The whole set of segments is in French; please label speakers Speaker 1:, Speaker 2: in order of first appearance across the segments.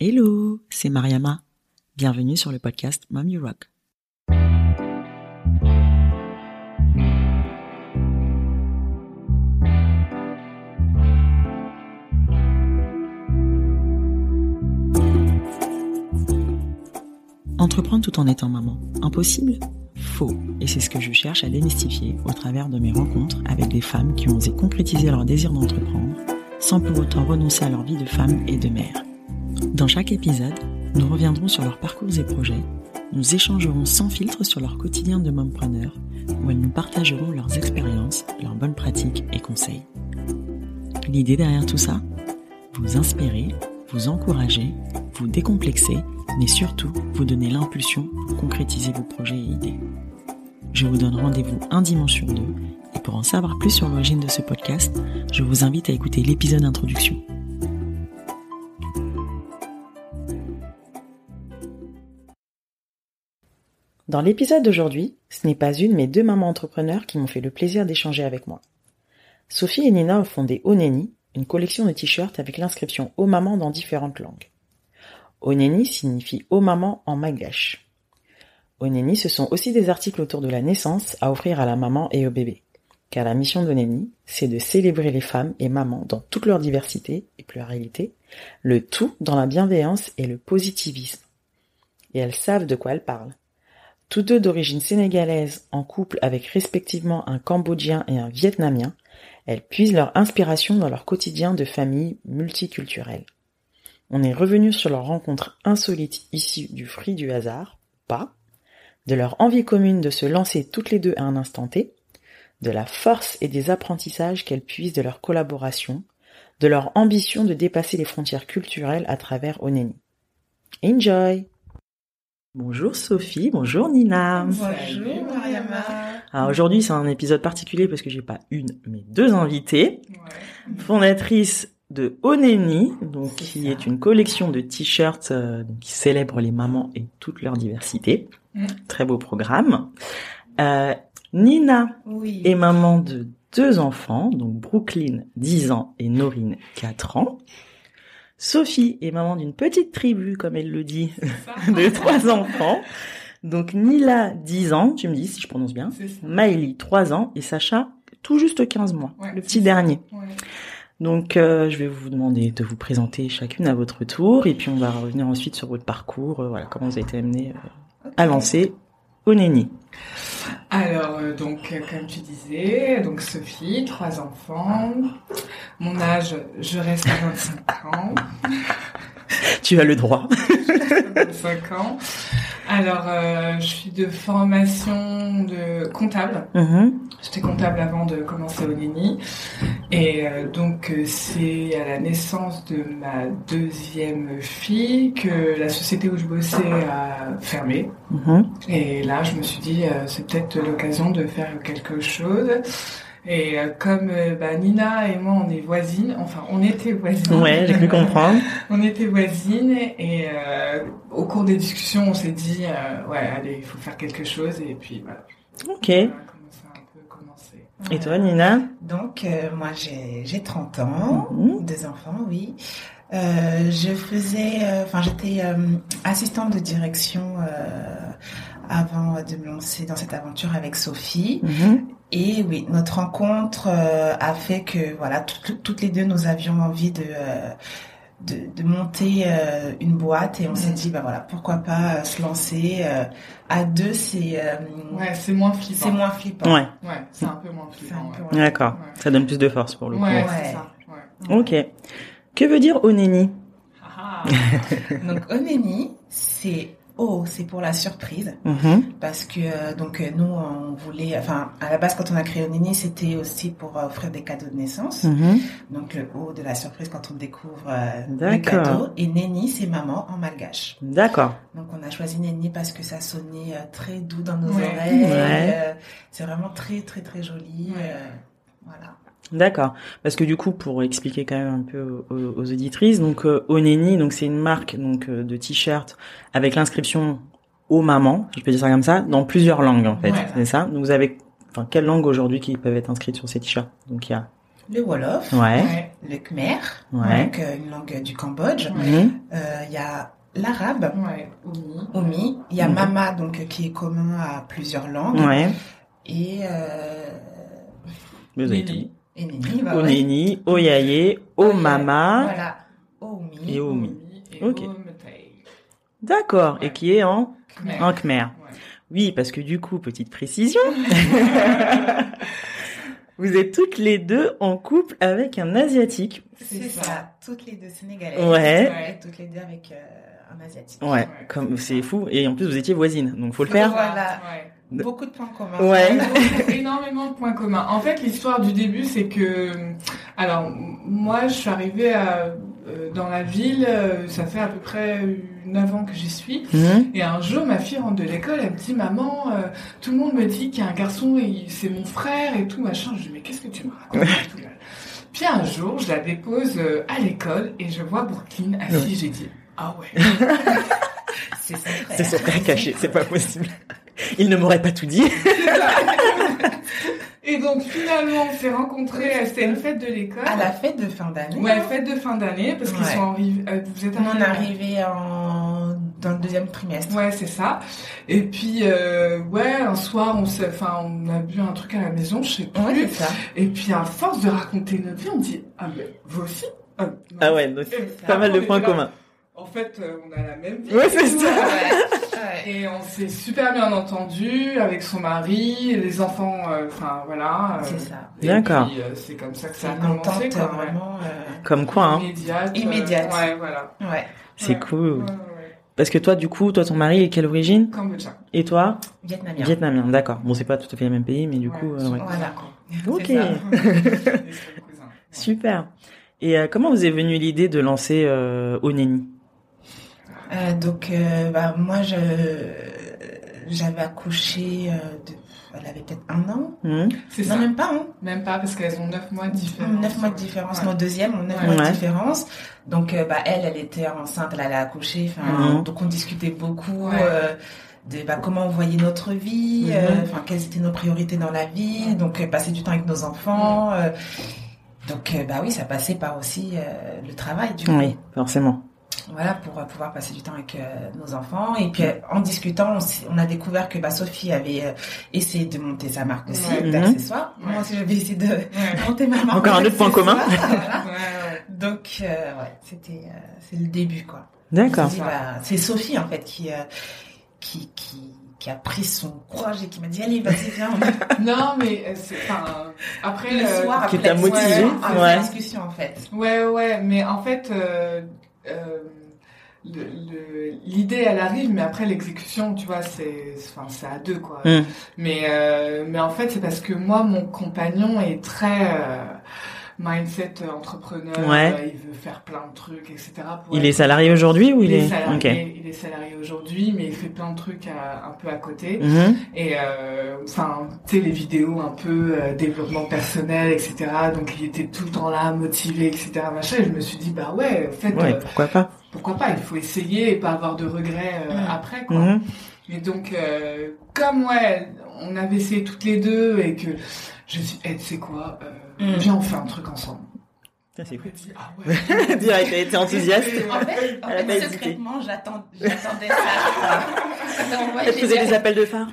Speaker 1: Hello, c'est Mariama. Bienvenue sur le podcast Mom You Rock. Entreprendre tout en étant maman, impossible Faux. Et c'est ce que je cherche à démystifier au travers de mes rencontres avec des femmes qui ont osé concrétiser leur désir d'entreprendre sans pour autant renoncer à leur vie de femme et de mère. Dans chaque épisode, nous reviendrons sur leurs parcours et projets, nous échangerons sans filtre sur leur quotidien de mompreneur, où elles nous partageront leurs expériences, leurs bonnes pratiques et conseils. L'idée derrière tout ça Vous inspirer, vous encourager, vous décomplexer, mais surtout vous donner l'impulsion pour concrétiser vos projets et idées. Je vous donne rendez-vous un dimanche sur deux, et pour en savoir plus sur l'origine de ce podcast, je vous invite à écouter l'épisode introduction. Dans l'épisode d'aujourd'hui, ce n'est pas une mais deux mamans entrepreneurs qui m'ont fait le plaisir d'échanger avec moi. Sophie et Nina ont fondé Oneni, une collection de t-shirts avec l'inscription Ô maman dans différentes langues. Oneni signifie Ô maman en malgache. Oneni, ce sont aussi des articles autour de la naissance à offrir à la maman et au bébé. Car la mission d'Oneni, c'est de célébrer les femmes et mamans dans toute leur diversité et pluralité, le tout dans la bienveillance et le positivisme. Et elles savent de quoi elles parlent tous deux d'origine sénégalaise, en couple avec respectivement un Cambodgien et un Vietnamien, elles puisent leur inspiration dans leur quotidien de famille multiculturelle. On est revenu sur leur rencontre insolite issue du fruit du hasard, pas, de leur envie commune de se lancer toutes les deux à un instant T, de la force et des apprentissages qu'elles puisent de leur collaboration, de leur ambition de dépasser les frontières culturelles à travers Oneni. Enjoy! Bonjour Sophie, bonjour Nina.
Speaker 2: Bonjour Mariama.
Speaker 1: Alors aujourd'hui c'est un épisode particulier parce que j'ai pas une mais deux invités. Fondatrice de Oneni, donc qui est une collection de t-shirts euh, donc, qui célèbre les mamans et toute leur diversité.
Speaker 2: Mm.
Speaker 1: Très beau programme. Euh, Nina
Speaker 2: Oui.
Speaker 1: est maman de deux enfants, donc Brooklyn 10 ans et Norine 4 ans. Sophie est maman d'une petite tribu, comme elle le dit, de trois enfants. Donc Nila, 10 ans, tu me dis si je prononce bien.
Speaker 2: C'est ça.
Speaker 1: Maëlie, 3 ans. Et Sacha, tout juste 15 mois,
Speaker 2: Ouais,
Speaker 1: le
Speaker 2: c'est
Speaker 1: petit
Speaker 2: ça.
Speaker 1: dernier.
Speaker 2: Ouais.
Speaker 1: Donc euh, je vais vous demander de vous présenter chacune à votre tour. Et puis on va revenir ensuite sur votre parcours, euh, voilà, comment vous avez été amené euh,
Speaker 2: Ok.
Speaker 1: à lancer au Néni.
Speaker 2: Alors, euh, donc, euh, comme tu disais, donc Sophie, trois enfants. Mon âge, je reste à 25 ans.
Speaker 1: Tu as le droit.
Speaker 2: 25 ans. Alors, euh, je suis de formation de comptable.
Speaker 1: Mhm.
Speaker 2: J'étais comptable avant de commencer au Nini. Et euh, donc, euh, c'est à la naissance de ma deuxième fille que la société où je bossais a fermé.
Speaker 1: Mhm.
Speaker 2: Et là, je me suis dit, euh, c'est peut-être l'occasion de faire quelque chose. Et euh, comme euh, bah, Nina et moi, on est voisines, enfin, on était voisines.
Speaker 1: Ouais, j'ai cru comprendre.
Speaker 2: on était voisines et euh, au cours des discussions, on s'est dit, euh, ouais, allez, il faut faire quelque chose. Et puis voilà.
Speaker 1: Ok.
Speaker 2: On a
Speaker 1: Et
Speaker 2: commencé à un peu commencer.
Speaker 1: toi, Nina
Speaker 3: Donc, euh, moi, j'ai j'ai 30 ans,
Speaker 1: Mhm.
Speaker 3: deux enfants, oui. Euh, je faisais, euh, enfin, j'étais euh, assistante de direction euh, avant de me lancer dans cette aventure avec Sophie.
Speaker 1: Mhm.
Speaker 3: Et oui, notre rencontre euh, a fait que, voilà, toutes- toutes les deux, nous avions envie de, euh, de, de monter euh, une boîte et on
Speaker 1: Mhm.
Speaker 3: s'est dit, bah voilà, pourquoi pas euh, se lancer euh, à deux, c'est euh,
Speaker 2: Ouais, c'est moins
Speaker 3: c'est
Speaker 2: flippant.
Speaker 3: moins flippant.
Speaker 1: Ouais,
Speaker 2: Ouais, c'est un peu moins
Speaker 3: C'est un
Speaker 2: flippant.
Speaker 3: peu-
Speaker 2: Ouais,
Speaker 1: d'accord.
Speaker 2: Ouais.
Speaker 1: Ça donne plus de force pour le coup.
Speaker 2: Ouais,
Speaker 3: Ouais.
Speaker 2: c'est ça. Ouais.
Speaker 1: Ok. Que veut dire Oneni
Speaker 2: Ah, ah.
Speaker 3: Donc Oneni, c'est O, c'est pour la surprise,
Speaker 1: Mhm.
Speaker 3: parce que euh, donc euh, nous on voulait, enfin à la base quand on a créé Oneni, c'était aussi pour euh, offrir des cadeaux de naissance.
Speaker 1: Mhm.
Speaker 3: Donc le O de la surprise quand on découvre euh, le
Speaker 1: D'accord.
Speaker 3: cadeau. Et Neni, c'est maman en malgache.
Speaker 1: D'accord.
Speaker 3: Donc on a choisi Neni parce que ça sonnait euh, très doux dans nos
Speaker 2: Ouais.
Speaker 3: oreilles.
Speaker 1: Ouais.
Speaker 3: euh, c'est vraiment très très très joli.
Speaker 2: Ouais.
Speaker 3: euh, voilà.
Speaker 1: D'accord. Parce que du coup, pour expliquer quand même un peu aux, aux auditrices, donc euh, Oneni, donc c'est une marque donc euh, de t-shirt avec l'inscription aux mamans, je peux dire ça comme ça, dans plusieurs langues en fait,
Speaker 2: Ouais.
Speaker 1: c'est ça. Donc vous avez, enfin, quelles langues aujourd'hui qui peuvent être inscrites sur ces t-shirts Donc il y a.
Speaker 3: Le Wolof,
Speaker 1: Ouais.
Speaker 2: Ouais.
Speaker 3: le Khmer,
Speaker 1: Ouais.
Speaker 3: donc euh, une langue du Cambodge.
Speaker 2: Ouais.
Speaker 3: Euh, Il il y a l'arabe,
Speaker 2: Ouais, oui.
Speaker 3: Omi, il y a
Speaker 1: Mhm.
Speaker 3: Mama, donc, qui est commun à plusieurs langues,
Speaker 1: Mmh. Ouais.
Speaker 3: et, euh,
Speaker 1: Vous avez tout dit.
Speaker 2: Lily.
Speaker 3: et Nini, bah ouais.
Speaker 1: Oneni, Oyaye, Omama.
Speaker 3: Voilà, Omi.
Speaker 1: Et Omi.
Speaker 2: Et
Speaker 1: Ok.
Speaker 2: Ometai.
Speaker 1: D'accord. Et qui est en,
Speaker 2: Khmer.
Speaker 1: en Khmer.
Speaker 2: Ouais.
Speaker 1: Oui, parce que du coup, petite précision. Vous êtes toutes les deux en couple avec un Asiatique.
Speaker 3: C'est ça. toutes les deux sénégalaises.
Speaker 1: Ouais.
Speaker 3: Et toutes les deux avec euh, un asiatique.
Speaker 1: Ouais. Comme c'est fou. Et en plus, vous étiez voisines. Donc, faut le faire.
Speaker 3: Voilà.
Speaker 2: Ouais.
Speaker 3: Beaucoup de points communs.
Speaker 1: Ouais.
Speaker 2: Donc, énormément de points communs. En fait, l'histoire du début, c'est que, alors, m- moi, je suis arrivée à, euh, dans la ville, euh, ça fait à peu près 9 ans que j'y suis.
Speaker 1: Mhm.
Speaker 2: Et un jour, ma fille rentre de l'école, elle me dit Maman, euh, tout le monde me dit qu'il y a un garçon, et il- c'est mon frère et tout, machin. Je lui dis Mais qu'est-ce que tu me racontes et tout, là. Puis un jour, je la dépose euh, à l'école et je vois Brooklyn assise. J'ai dit Ah ouais.
Speaker 3: C'est son frère.
Speaker 1: C'est son frère caché. C'est pas possible. Il ne m'aurait pas tout dit.
Speaker 2: Et donc finalement, on s'est rencontrés, euh, c'était une fête de l'école.
Speaker 3: À la fête de fin d'année.
Speaker 2: Ouais, fête de fin d'année, parce qu'ils
Speaker 3: Ouais.
Speaker 2: sont arrivés. euh, vous êtes
Speaker 3: On en est
Speaker 2: arrivés-
Speaker 3: arrivé en... dans le deuxième trimestre.
Speaker 2: Ouais, c'est ça. Et puis, euh, ouais, un soir, on s'est, enfin, on a bu un truc à la maison, je sais plus.
Speaker 3: Ouais, c'est ça.
Speaker 2: Et puis à force de raconter notre vie, on dit ah mais vous aussi. Ah, non.
Speaker 1: Ah ouais, donc,
Speaker 2: Et
Speaker 1: pas mal de
Speaker 2: on
Speaker 1: points
Speaker 2: était là,
Speaker 1: communs.
Speaker 2: En fait, euh, on a la même vie.
Speaker 1: Ouais, c'est ça.
Speaker 3: Ouais.
Speaker 2: Et on s'est super bien entendu avec son mari, les enfants, euh, enfin voilà. euh,
Speaker 3: C'est ça.
Speaker 2: et
Speaker 1: D'accord.
Speaker 2: puis, euh, c'est comme ça que
Speaker 3: C'est
Speaker 2: ça a
Speaker 3: une
Speaker 2: commencé.
Speaker 3: entente
Speaker 2: Quoi, ouais.
Speaker 3: vraiment. euh,
Speaker 1: Comme quoi, hein.
Speaker 2: Immédiate. euh,
Speaker 3: Immédiate.
Speaker 2: ouais, voilà.
Speaker 3: Ouais.
Speaker 1: C'est
Speaker 2: Ouais.
Speaker 1: cool.
Speaker 2: Ouais, ouais, ouais.
Speaker 1: Parce que toi, du coup, toi, ton mari est quelle origine
Speaker 2: Cambodgien.
Speaker 1: Et toi
Speaker 3: Vietnamien.
Speaker 1: Vietnamien, d'accord. Bon, c'est pas tout à fait le même pays, mais du
Speaker 2: Ouais,
Speaker 1: coup, euh,
Speaker 2: son
Speaker 1: ouais.
Speaker 2: cousin, quoi.
Speaker 1: Ok,
Speaker 3: C'est ça.
Speaker 2: Et son cousin. Ouais.
Speaker 1: super. Et euh, comment vous est venue l'idée de lancer euh, Oneni
Speaker 3: Euh, donc, euh, bah, moi, je j'avais accouché. euh, de... Elle avait peut-être un an.
Speaker 1: Hmm
Speaker 2: C'est ça.
Speaker 3: Non, même pas, hein.
Speaker 2: Même pas parce qu'elles ont 9 mois de différence.
Speaker 3: 9 mois de différence,
Speaker 2: Ouais.
Speaker 3: mon deuxième, mon 9
Speaker 2: Ouais.
Speaker 3: mois de
Speaker 1: Ouais.
Speaker 3: différence. Donc, euh, bah, elle, elle était enceinte, elle allait accoucher. Enfin,
Speaker 1: Mhm.
Speaker 3: Donc, on discutait beaucoup
Speaker 2: Ouais.
Speaker 3: euh, de bah, comment on voyait notre vie,
Speaker 1: Mhm.
Speaker 3: euh, enfin, quelles étaient nos priorités dans la vie. Donc, euh, passer du temps avec nos enfants. euh, donc, euh, bah oui, ça passait par aussi euh, le travail, du coup.
Speaker 1: Oui, forcément.
Speaker 3: Voilà, pour euh, pouvoir passer du temps avec euh, nos enfants. Et puis, euh, en discutant, on, s'est- on a découvert que bah, Sophie avait euh, essayé de monter sa marque aussi
Speaker 2: Ouais.
Speaker 3: d'accessoires. Moi
Speaker 2: Ouais.
Speaker 3: aussi, j'avais essayé de
Speaker 2: Ouais.
Speaker 3: monter ma marque.
Speaker 1: Mhm. Encore un autre point commun.
Speaker 3: d'accessoires. Voilà.
Speaker 2: Ouais, ouais.
Speaker 3: Donc, euh, ouais, c'était euh, c'est le début, quoi. On
Speaker 1: D'accord.
Speaker 3: s'est dit, bah, C'est Sophie, en fait, qui, euh, qui, qui, qui a pris son courage et qui m'a dit, allez, vas-y, viens, on est
Speaker 2: Non, mais euh, c'est enfin, après
Speaker 3: le
Speaker 2: euh,
Speaker 3: soir.
Speaker 1: Qui
Speaker 3: après
Speaker 1: t'a
Speaker 3: la-
Speaker 1: motivée,
Speaker 3: ouais, après
Speaker 1: ouais.
Speaker 3: la discussion, en fait.
Speaker 2: Ouais, ouais, mais en fait, euh, euh, le- le- l'idée elle arrive, mais après l'exécution, tu vois, c'est c'est- enfin, c'est à deux quoi.
Speaker 1: Mm.
Speaker 2: Mais, euh, mais en fait, c'est parce que moi, mon compagnon est très euh, mindset euh, entrepreneur,
Speaker 1: Ouais.
Speaker 2: euh, il veut faire plein de trucs, etc. pour
Speaker 1: Il
Speaker 2: être-
Speaker 1: est salarié aujourd'hui ou il, est...
Speaker 2: salarié,
Speaker 1: Ok.
Speaker 2: il est salarié aujourd'hui, mais il fait plein de trucs à- un peu à côté.
Speaker 1: Mhm.
Speaker 2: Et euh, enfin, tu sais, les vidéos un peu euh, développement personnel, etc. Donc il était tout le temps là, motivé, etc. Machin. Et je me suis dit, bah ouais, en fait,
Speaker 1: Ouais,
Speaker 2: euh,
Speaker 1: pourquoi pas.
Speaker 2: pourquoi pas Il faut essayer et pas avoir de regrets euh,
Speaker 3: Ouais.
Speaker 2: après, quoi.
Speaker 1: Mhm.
Speaker 2: Et donc, euh, comme ouais, on avait essayé toutes les deux et que je me suis dit, Eh, tu sais quoi, euh,
Speaker 3: Mm.
Speaker 2: viens, on fait un truc ensemble.
Speaker 1: Ça, c'est cool.
Speaker 2: Après, je dis, ah ouais.
Speaker 1: Direct, elle était enthousiaste.
Speaker 3: En fait, en
Speaker 1: Elle a pas
Speaker 3: fait
Speaker 1: hésité.
Speaker 3: secrètement, j'attend- j'attendais ça. Donc, ouais,
Speaker 1: Elle
Speaker 3: j'ai
Speaker 1: faisait
Speaker 3: dit-
Speaker 1: des appels de phare.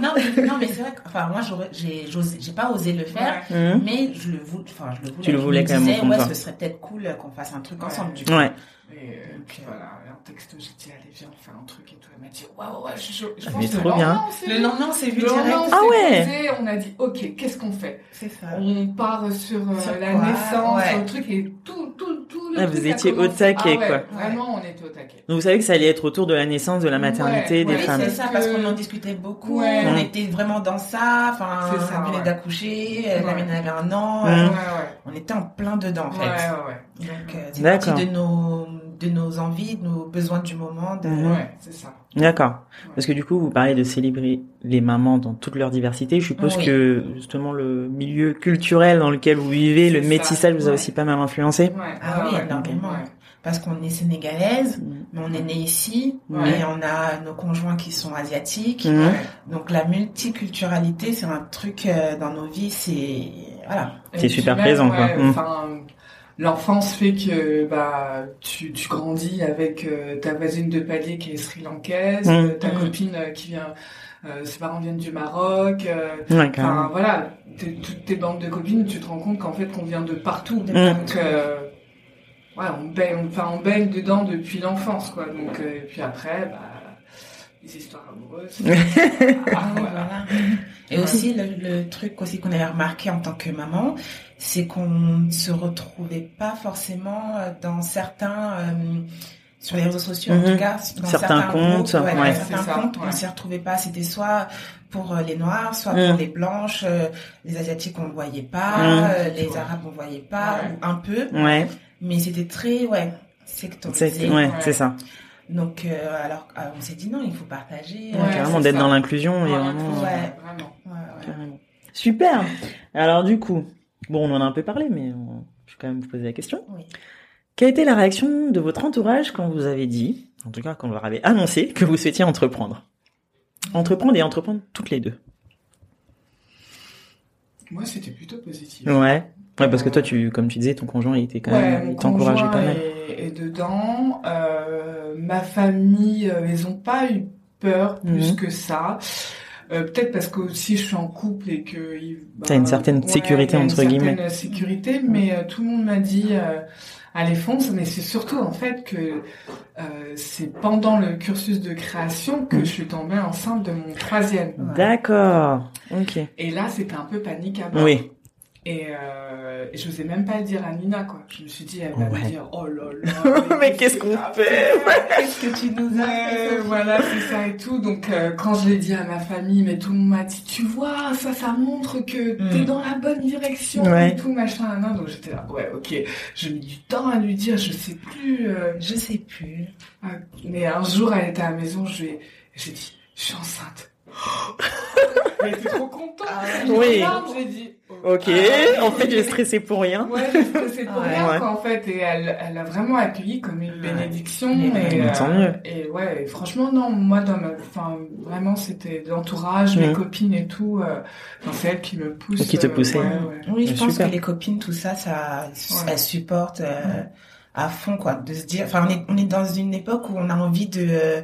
Speaker 3: non, mais, non, mais c'est vrai que, enfin, moi, j'aurais- j'ai j'osais- j'ai pas osé le faire.
Speaker 2: Ouais.
Speaker 1: Mhm.
Speaker 3: Mais je le voulais, enfin, je le voulais.
Speaker 1: Tu le
Speaker 3: Je me
Speaker 1: voulais quand même au
Speaker 3: disais,
Speaker 1: fond de
Speaker 3: ouais,
Speaker 1: toi.
Speaker 3: ce serait peut-être cool qu'on fasse un truc
Speaker 2: Ouais.
Speaker 3: ensemble, du coup.
Speaker 1: Ouais.
Speaker 2: Et euh,
Speaker 3: Ok.
Speaker 2: puis voilà, un texto, j'ai dit, allez, viens, on fait un truc et tout. Elle m'a dit, waouh, ouais, je suis chaud. Je
Speaker 1: Ah,
Speaker 2: pense
Speaker 1: mais
Speaker 2: que le
Speaker 1: trop bien.
Speaker 2: lendemain, on s'est vu.
Speaker 3: Le lendemain, on s'est vu
Speaker 2: Le lendemain,
Speaker 3: direct.
Speaker 2: on
Speaker 1: Ah
Speaker 2: s'est
Speaker 1: ouais.
Speaker 2: posé, on a dit ok, qu'est-ce qu'on fait
Speaker 3: C'est ça.
Speaker 2: On part sur, euh,
Speaker 3: Sur
Speaker 2: la
Speaker 3: quoi
Speaker 2: naissance,
Speaker 3: Ouais.
Speaker 2: le truc et tout, tout, tout le
Speaker 1: Ah,
Speaker 2: truc
Speaker 1: vous
Speaker 2: a
Speaker 1: étiez au
Speaker 2: commencé.
Speaker 1: taquet,
Speaker 2: Ah ouais,
Speaker 1: quoi.
Speaker 2: Vraiment, on était au taquet.
Speaker 1: Donc, vous savez que ça allait être autour de la naissance, de la maternité,
Speaker 2: Ouais,
Speaker 1: des
Speaker 3: Oui,
Speaker 2: ouais.
Speaker 1: femmes.
Speaker 3: c'est
Speaker 2: Parce
Speaker 3: ça, parce
Speaker 2: que-
Speaker 3: qu'on en discutait beaucoup.
Speaker 2: Ouais.
Speaker 3: On
Speaker 1: Mm.
Speaker 3: était vraiment dans ça. Enfin,
Speaker 2: C'est ça,
Speaker 3: on venait
Speaker 2: ouais.
Speaker 3: d'accoucher. Elle
Speaker 2: Ouais.
Speaker 3: avait- elle avait un an.
Speaker 1: Mm.
Speaker 2: Ouais,
Speaker 3: euh,
Speaker 2: ouais,
Speaker 3: on était en plein dedans, en
Speaker 2: ouais,
Speaker 3: fait.
Speaker 2: ouais, ouais.
Speaker 3: Donc, euh, c'est
Speaker 1: D'accord.
Speaker 3: parti de nos, de nos envies, de nos besoins du moment. De...
Speaker 1: Mhm.
Speaker 2: Ouais, c'est ça.
Speaker 1: D'accord.
Speaker 2: Ouais.
Speaker 1: Parce que du coup, vous parlez de célébrer les mamans dans toute leur diversité. Je suppose
Speaker 3: Oui.
Speaker 1: que justement le milieu culturel dans lequel vous vivez, le
Speaker 2: C'est ça,
Speaker 1: métissage, vous a
Speaker 2: ouais.
Speaker 1: aussi pas mal
Speaker 2: Ouais,
Speaker 1: influencé.
Speaker 3: Ah
Speaker 2: ouais,
Speaker 3: oui,
Speaker 2: ouais.
Speaker 3: énormément.
Speaker 2: Ouais.
Speaker 3: Parce qu'on est sénégalaise,
Speaker 1: Mhm.
Speaker 3: mais on est né ici.
Speaker 2: Ouais.
Speaker 3: Et on a nos conjoints qui sont asiatiques.
Speaker 1: Mhm.
Speaker 2: Ouais.
Speaker 3: Donc la multiculturalité, c'est un truc euh, dans nos vies, c'est voilà.
Speaker 2: Et
Speaker 1: C'est
Speaker 2: puis
Speaker 1: super
Speaker 2: même,
Speaker 1: présent, quoi.
Speaker 2: ouais,
Speaker 1: Mm.
Speaker 2: Enfin, l'enfance fait que bah tu, tu grandis avec euh, ta voisine de palier qui est sri lankaise,
Speaker 1: Mm.
Speaker 2: euh, ta
Speaker 3: Mm.
Speaker 2: copine euh, qui vient, euh, ses parents viennent du Maroc. euh,
Speaker 1: Ouais, quand
Speaker 2: Enfin
Speaker 1: même.
Speaker 2: voilà, t'es- toutes tes bandes de copines, tu te rends compte qu'en fait qu'on vient de partout.
Speaker 1: Mm.
Speaker 2: Donc euh, ouais, on baigne, on- enfin on baigne dedans depuis l'enfance quoi. Donc euh, et puis après bah les histoires amoureuses. Ah, voilà.
Speaker 3: voilà. Et aussi, le, le truc aussi qu'on avait remarqué en tant que maman, c'est qu'on ne se retrouvait pas forcément euh, dans certains, euh, sur les réseaux sociaux en
Speaker 1: Mhm.
Speaker 3: tout cas, dans
Speaker 1: Certains comptes,
Speaker 3: groupes, ouais, dans
Speaker 1: ouais.
Speaker 3: certains
Speaker 2: C'est ça,
Speaker 3: comptes, on
Speaker 2: ouais.
Speaker 3: ne s'y retrouvait pas. C'était soit pour euh, les noirs, soit
Speaker 1: Mhm.
Speaker 3: pour les blanches, euh, les asiatiques on ne voyait pas,
Speaker 1: Mhm.
Speaker 3: euh, les arabes on ne voyait pas,
Speaker 2: Ouais.
Speaker 3: ou un peu,
Speaker 1: Ouais,
Speaker 3: mais c'était très, ouais,
Speaker 1: c'est
Speaker 3: sectorisé.
Speaker 1: ouais,
Speaker 2: Ouais.
Speaker 1: c'est ça.
Speaker 3: Donc, euh, alors, euh, on s'est dit non, il faut partager.
Speaker 2: Ouais,
Speaker 1: Ouais,
Speaker 3: euh,
Speaker 1: carrément
Speaker 2: c'est
Speaker 1: d'être
Speaker 2: ça.
Speaker 1: dans l'inclusion et
Speaker 2: Ouais,
Speaker 1: vraiment.
Speaker 3: ouais.
Speaker 2: vraiment.
Speaker 3: ouais, ouais.
Speaker 1: Carrément. Super. Alors du coup, bon, on en a un peu parlé, mais on- je vais quand même vous poser la question.
Speaker 3: Oui.
Speaker 1: Quelle a été la réaction de votre entourage quand vous avez dit, en tout cas quand vous leur avez annoncé que vous souhaitiez entreprendre Entreprendre et entreprendre toutes les deux.
Speaker 2: Moi c'était plutôt positif.
Speaker 1: Ouais. Ouais, parce que toi, tu, comme tu disais, ton conjoint, il était quand même,
Speaker 2: mon
Speaker 1: il t'encourageait pas
Speaker 2: conjoint
Speaker 1: mal.
Speaker 2: Est, est dedans. Euh, ma famille, euh, ils ont pas eu peur plus
Speaker 1: Mhm.
Speaker 2: que ça. Euh, Peut-être parce que aussi je suis en couple et que il- bah,
Speaker 1: T'as une certaine sécurité,
Speaker 2: il y a
Speaker 1: entre
Speaker 2: une
Speaker 1: guillemets.
Speaker 2: certaine sécurité, mais euh, tout le monde m'a dit euh, allez fonce. Mais c'est surtout en fait que euh, c'est pendant le cursus de création que
Speaker 1: Mhm.
Speaker 2: je suis tombée enceinte de mon troisième.
Speaker 3: Ouais.
Speaker 1: D'accord. Ok.
Speaker 2: Et là c'était un peu panique à bord.
Speaker 1: Oui.
Speaker 2: Et euh, je n'osais même pas le dire à Nina, quoi. Je me suis dit, elle va
Speaker 1: Ouais.
Speaker 2: me dire, oh là là.
Speaker 1: Mais qu'est-ce qu'on fait
Speaker 3: Qu'est-ce que tu nous as fait
Speaker 2: Euh,
Speaker 3: Sophie
Speaker 2: Voilà, c'est ça et tout. Donc, euh, quand je l'ai dit à ma famille, mais tout le monde m'a dit, tu vois, ça, ça montre que t'es
Speaker 3: Mm.
Speaker 2: dans la bonne direction
Speaker 1: Ouais.
Speaker 2: et tout, machin, nan, nan. Donc, j'étais là, ouais, ok. J'ai mis du temps à lui dire, je sais plus. euh,
Speaker 3: Je sais plus.
Speaker 2: Mais un jour, elle était à la maison, je lui ai, j'ai dit, je suis enceinte. elle était trop contente.
Speaker 1: ouais. Oui.
Speaker 2: J'ai regardé, J'ai dit,
Speaker 1: Ok.
Speaker 2: Ah,
Speaker 1: en
Speaker 2: oui.
Speaker 1: fait, j'ai stressé pour rien.
Speaker 2: Ouais, parce que c'est pour
Speaker 3: Ouais.
Speaker 2: rien,
Speaker 1: Ouais.
Speaker 2: quoi, en fait. Et elle, elle a vraiment accueilli comme une bénédiction.
Speaker 3: Ouais,
Speaker 2: Et, euh,
Speaker 1: mais tant mieux.
Speaker 2: et ouais, et franchement, non, moi, dans ma, enfin, vraiment, c'était de l'entourage, mes
Speaker 1: Mhm.
Speaker 2: copines et tout. euh, enfin, c'est elle qui me pousse.
Speaker 1: Et qui te
Speaker 2: euh,
Speaker 1: poussait.
Speaker 2: ouais, ouais.
Speaker 3: Oui,
Speaker 1: Mais
Speaker 3: je pense
Speaker 1: super.
Speaker 3: que les copines, tout ça, ça,
Speaker 2: Ouais.
Speaker 3: elles supportent euh, à fond, quoi, de se dire. Enfin, on est, on est dans une époque où on a envie de euh,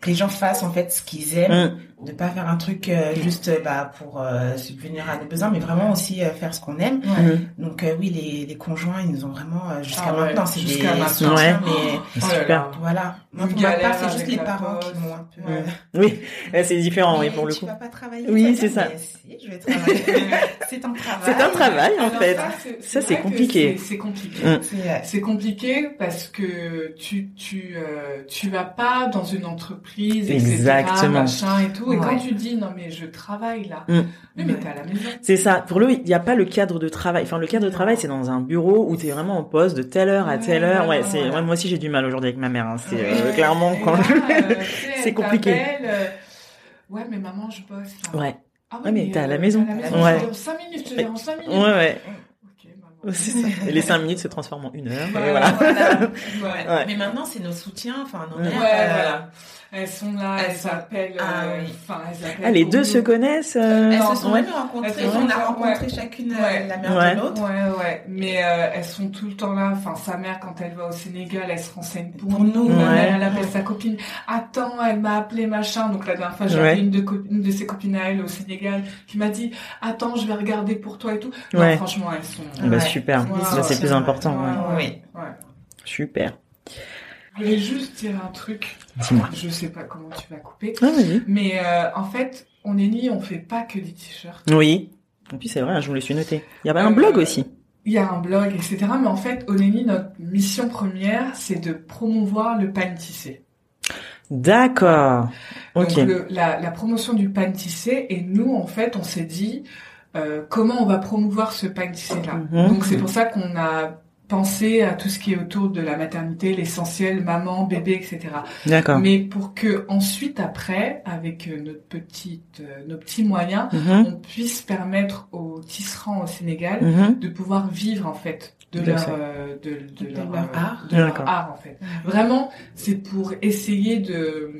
Speaker 3: que les gens fassent en fait ce qu'ils aiment,
Speaker 1: Hum,
Speaker 3: de pas faire un truc euh, juste euh, bah pour euh, subvenir à nos besoins, mais vraiment aussi euh, faire ce qu'on aime.
Speaker 1: hum.
Speaker 3: Donc euh, oui, les, les conjoints, ils nous ont vraiment euh, jusqu'à
Speaker 2: Ah ouais,
Speaker 3: maintenant, c'est
Speaker 2: jusqu'à
Speaker 3: des
Speaker 2: maintenant.
Speaker 3: soutiens, mais
Speaker 2: Oh là
Speaker 1: Ah, Super.
Speaker 2: là.
Speaker 3: voilà. Moi,
Speaker 2: Une
Speaker 3: pour ma part,
Speaker 2: galère
Speaker 3: c'est juste
Speaker 2: avec
Speaker 3: les
Speaker 2: la
Speaker 3: parents
Speaker 2: poste.
Speaker 3: qui m'ont un peu.
Speaker 1: Hum.
Speaker 3: euh,
Speaker 1: Oui. Là, c'est différent, oui,
Speaker 3: Mais
Speaker 1: pour le
Speaker 3: tu
Speaker 1: coup.
Speaker 3: vas pas travailler.
Speaker 1: Oui,
Speaker 3: toi,
Speaker 1: c'est ça.
Speaker 3: mais si, je vais travailler. c'est un travail.
Speaker 1: C'est un travail, en
Speaker 2: Alors
Speaker 1: fait.
Speaker 2: ça, c'est-
Speaker 1: Ça,
Speaker 2: c'est
Speaker 1: c'est
Speaker 2: vrai que
Speaker 1: compliqué.
Speaker 2: c'est- C'est compliqué.
Speaker 1: Mm.
Speaker 3: C'est- euh,
Speaker 2: C'est compliqué parce que tu tu euh, tu vas pas dans une entreprise etc
Speaker 1: Exactement.
Speaker 2: machin et tout et
Speaker 3: Ouais.
Speaker 2: quand tu dis non mais je travaille là
Speaker 1: Mm.
Speaker 2: oui mais t'es à la maison
Speaker 1: C'est ça. Pour lui, il n'y a pas le cadre de travail. Enfin, le cadre de travail, c'est dans un bureau où t'es vraiment en poste de telle heure à telle heure. Ouais, c'est, ouais, moi aussi, j'ai du mal aujourd'hui avec ma mère. hein. C'est euh,
Speaker 2: Ouais.
Speaker 1: clairement
Speaker 2: Et
Speaker 1: quand
Speaker 2: là,
Speaker 1: je-
Speaker 2: euh, tu sais,
Speaker 1: c'est
Speaker 2: elle
Speaker 1: compliqué.
Speaker 2: t'appelle, euh, ouais mais maman je bosse là.
Speaker 1: Ouais,
Speaker 2: ah
Speaker 1: Ouais, mais t'es à la
Speaker 2: euh,
Speaker 1: maison.
Speaker 2: t'es à la
Speaker 1: Ouais.
Speaker 2: je te dis en 5 minutes je te dis en 5 minutes
Speaker 1: ouais, ouais.
Speaker 2: ok maman
Speaker 1: C'est ça. Et les cinq minutes se transforment en une heure. Et
Speaker 2: Voilà.
Speaker 1: voilà.
Speaker 2: Ouais.
Speaker 1: Ouais.
Speaker 3: Mais maintenant, c'est nos soutiens, enfin, nos
Speaker 1: Ouais,
Speaker 3: mères,
Speaker 2: Ouais,
Speaker 3: euh,
Speaker 2: voilà. Elles sont là,
Speaker 3: Elles
Speaker 2: elles
Speaker 3: sont-
Speaker 2: s'appellent.
Speaker 3: Ah
Speaker 2: euh,
Speaker 3: oui.
Speaker 2: enfin, elles appellent
Speaker 1: Ah, les deux
Speaker 2: pour
Speaker 1: se
Speaker 2: nous.
Speaker 1: connaissent. euh,
Speaker 3: Elles
Speaker 2: Non,
Speaker 3: se sont
Speaker 2: ouais.
Speaker 3: jamais
Speaker 2: Elles
Speaker 3: rencontrées.
Speaker 2: se sont
Speaker 3: On a
Speaker 2: jamais-
Speaker 3: rencontré chacune euh,
Speaker 2: Ouais.
Speaker 3: la mère
Speaker 1: Ouais.
Speaker 3: de l'autre.
Speaker 2: Ouais, ouais, mais euh, elles sont tout le temps là. Enfin, sa mère, quand elle va au Sénégal, elle se renseigne pour,
Speaker 3: Pour
Speaker 2: nous.
Speaker 3: nous,
Speaker 1: ouais.
Speaker 2: Elle, elle appelle sa copine. Attends, elle m'a appelé machin. Donc la dernière fois, j'ai
Speaker 1: Ouais.
Speaker 2: appelé une de, co- une de ses copines à elle au Sénégal qui m'a dit Attends, je vais regarder pour toi et tout. Non,
Speaker 1: Ouais.
Speaker 2: franchement, elles sont. euh,
Speaker 1: Bah,
Speaker 3: Ouais.
Speaker 1: super.
Speaker 2: Ouais,
Speaker 1: Ça, c'est
Speaker 3: ouais.
Speaker 1: plus important. ouais.
Speaker 2: Ouais.
Speaker 3: Oui.
Speaker 1: Super.
Speaker 2: Je voulais juste dire un truc.
Speaker 1: Dis-moi.
Speaker 2: Je sais pas comment tu vas couper,
Speaker 1: Ah, vas-y.
Speaker 2: mais euh, en fait, on est ni, on fait pas que des t-shirts.
Speaker 1: Oui. Et puis, c'est vrai, hein, je vous le suis noté. Il y avait
Speaker 2: Euh,
Speaker 1: un blog aussi.
Speaker 2: Il y a un blog, etc. Mais en fait, on est ni, notre mission première, c'est de promouvoir le pain tissé.
Speaker 1: D'accord. Ok.
Speaker 2: Donc euh, le- la, la promotion du pain tissé et nous en fait on s'est dit euh, comment on va promouvoir ce pain tissé là.
Speaker 1: Mhm.
Speaker 2: Donc c'est pour ça qu'on a pensé à tout ce qui est autour de la maternité, l'essentiel, maman, bébé, etc.
Speaker 1: D'accord.
Speaker 2: Mais pour que ensuite après avec euh, notre petite, euh, nos petits moyens,
Speaker 1: Mhm.
Speaker 2: on puisse permettre aux tisserands au Sénégal
Speaker 1: Mhm.
Speaker 2: de pouvoir vivre en fait de
Speaker 1: Tout à
Speaker 2: leur
Speaker 1: fait.
Speaker 2: euh, de, de
Speaker 3: De
Speaker 2: leur,
Speaker 3: leur
Speaker 2: euh,
Speaker 3: art.
Speaker 2: de leur
Speaker 1: D'accord.
Speaker 2: art en fait. Vraiment, c'est pour essayer de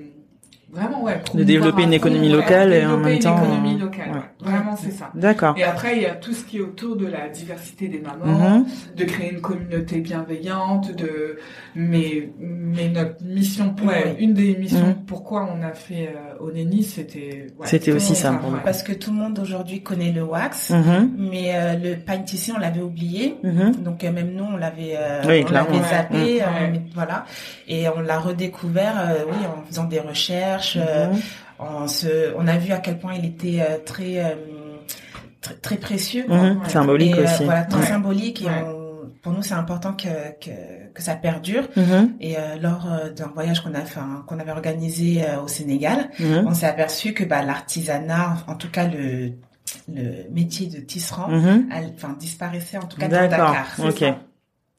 Speaker 2: Vraiment, ouais.
Speaker 1: De développer une économie locale et en même temps,
Speaker 2: Développer une économie
Speaker 1: euh,
Speaker 2: locale,
Speaker 1: ouais.
Speaker 2: ouais. Vraiment, c'est ça.
Speaker 1: D'accord.
Speaker 2: Et après, il y a tout ce qui est autour de la diversité des mamans,
Speaker 1: Mhm.
Speaker 2: de créer une communauté bienveillante, de mais mais notre mission, ouais, une des missions pourquoi on a fait euh, Oneni, c'était ouais,
Speaker 1: Mhm. C'était aussi
Speaker 2: vraiment
Speaker 1: ça, pour le
Speaker 2: ouais.
Speaker 3: Parce que tout le monde aujourd'hui connaît le wax,
Speaker 1: Mhm.
Speaker 3: mais euh, le pain tissé, on l'avait oublié.
Speaker 1: Mhm.
Speaker 3: Donc euh, même nous, on l'avait, euh,
Speaker 1: Oui,
Speaker 3: on
Speaker 1: clairement. Mm.
Speaker 3: l'avait zappé,
Speaker 2: Ouais.
Speaker 3: euh,
Speaker 2: Ouais.
Speaker 3: mais voilà, et on l'a redécouvert, euh, oui, en faisant des recherches. euh,
Speaker 1: Mhm.
Speaker 3: on se, on a vu à quel point il était euh, très, euh, très, très précieux. quoi.
Speaker 1: Mhm.
Speaker 2: ouais.
Speaker 1: Symbolique
Speaker 3: Et, euh,
Speaker 1: aussi.
Speaker 3: Voilà, très
Speaker 2: Ouais.
Speaker 3: symbolique. Et
Speaker 2: Ouais.
Speaker 3: on- pour nous, c'est important que, que que ça perdure.
Speaker 1: Mhm.
Speaker 3: Et euh, lors euh, d'un voyage qu'on a fait, un- qu'on avait organisé euh, au Sénégal,
Speaker 1: Mhm.
Speaker 3: on s'est aperçu que bah, l'artisanat, en tout cas le le métier de tisserand,
Speaker 1: Mhm.
Speaker 3: elle- enfin disparaissait en tout cas dans
Speaker 1: D'accord.
Speaker 3: Dakar.
Speaker 1: Ok.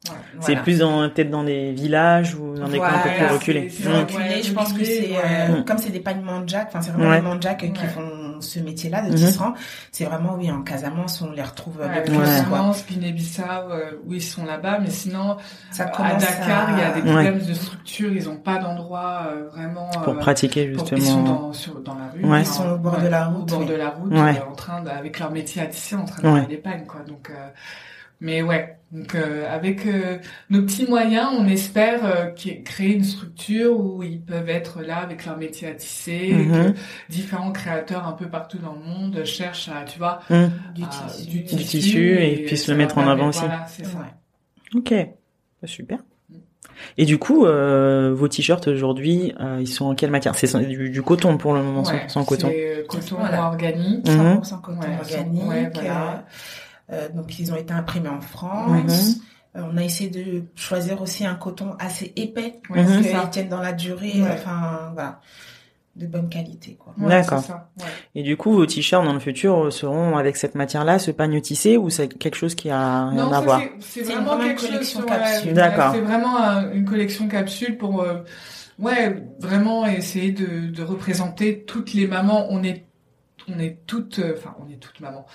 Speaker 3: C'est ça.
Speaker 1: C'est
Speaker 3: Voilà.
Speaker 1: plus dans peut-être dans des villages ou dans des coins un peu plus
Speaker 3: Voilà,
Speaker 1: reculés. Mhm.
Speaker 2: c'est-
Speaker 3: C'est
Speaker 2: Mm.
Speaker 3: reculé, je pense que c'est euh,
Speaker 1: Mm.
Speaker 3: comme c'est des pagnes manjac, enfin c'est vraiment
Speaker 1: Ouais.
Speaker 3: les manjac qui
Speaker 2: Ouais.
Speaker 3: font ce métier-là de
Speaker 1: Mhm.
Speaker 3: tisserand. C'est vraiment oui en Casamance on les retrouve
Speaker 2: Ouais,
Speaker 3: le plus
Speaker 1: Ouais.
Speaker 3: quoi.
Speaker 2: Casamance, Guinée-Bissau, euh, où ils sont là-bas, mais sinon
Speaker 3: Ça
Speaker 2: à
Speaker 3: commence
Speaker 2: Dakar,
Speaker 3: à-
Speaker 2: il y a des
Speaker 1: Ouais.
Speaker 2: problèmes de structure, ils ont pas d'endroit euh, vraiment
Speaker 1: Pour
Speaker 2: euh,
Speaker 1: pratiquer
Speaker 2: pour- Ils sont
Speaker 1: justement.
Speaker 2: dans, sur- dans la rue,
Speaker 1: Ouais.
Speaker 3: Ils sont au bord de la route,
Speaker 2: au bord
Speaker 3: oui.
Speaker 2: de la route,
Speaker 1: Ouais.
Speaker 2: euh, en train de- avec leur métier à tisser, en train de
Speaker 1: Ouais.
Speaker 2: faire des pagnes, quoi. Donc, euh, mais ouais, donc euh, avec euh, nos petits moyens, on espère euh, qui- créer une structure où ils peuvent être là avec leur métier à tisser, et
Speaker 1: Mhm.
Speaker 2: que différents créateurs un peu partout dans le monde cherchent à, tu vois,
Speaker 1: Mhm.
Speaker 3: du
Speaker 2: à-
Speaker 3: tissu.
Speaker 1: Du tissu et puissent
Speaker 2: ça
Speaker 1: le mettre en
Speaker 2: va,
Speaker 1: avant
Speaker 2: mais
Speaker 1: aussi.
Speaker 2: Voilà, c'est ça.
Speaker 3: Ouais.
Speaker 1: Ok, Bah, super. Et du coup, euh, vos t-shirts aujourd'hui, euh, ils sont en quelle matière C'est du, du coton pour le moment,
Speaker 2: Ouais,
Speaker 1: 100% coton.
Speaker 2: C'est euh, coton
Speaker 3: Voilà.
Speaker 2: organique.
Speaker 1: Mhm.
Speaker 3: 100% coton
Speaker 2: Ouais,
Speaker 3: organique.
Speaker 2: ouais, voilà.
Speaker 3: euh, euh, donc ils ont été imprimés en
Speaker 1: Mm-hmm.
Speaker 3: France. Euh, on a essayé de choisir aussi un coton assez épais
Speaker 2: Ouais,
Speaker 1: Mhm.
Speaker 2: c'est
Speaker 3: qu'ils
Speaker 2: ça.
Speaker 3: tiennent dans la durée.
Speaker 2: Ouais.
Speaker 3: Enfin voilà, de bonne qualité quoi.
Speaker 2: Ouais,
Speaker 1: D'accord.
Speaker 2: c'est ça. Ouais.
Speaker 1: Et du coup, vos t-shirts dans le futur euh, seront avec cette matière-là, ce pagne tissé, ou c'est quelque chose qui a rien
Speaker 2: Non,
Speaker 1: à
Speaker 2: ça,
Speaker 1: voir
Speaker 2: c'est- C'est
Speaker 3: C'est
Speaker 2: vraiment
Speaker 3: vraiment une
Speaker 2: quelque
Speaker 3: collection
Speaker 2: chose.
Speaker 3: capsule.
Speaker 2: ouais,
Speaker 1: D'accord.
Speaker 2: C'est vraiment euh, une collection capsule pour, euh, ouais, vraiment essayer de, de représenter toutes les mamans. On est, on est toutes, euh, enfin, on est toutes mamans,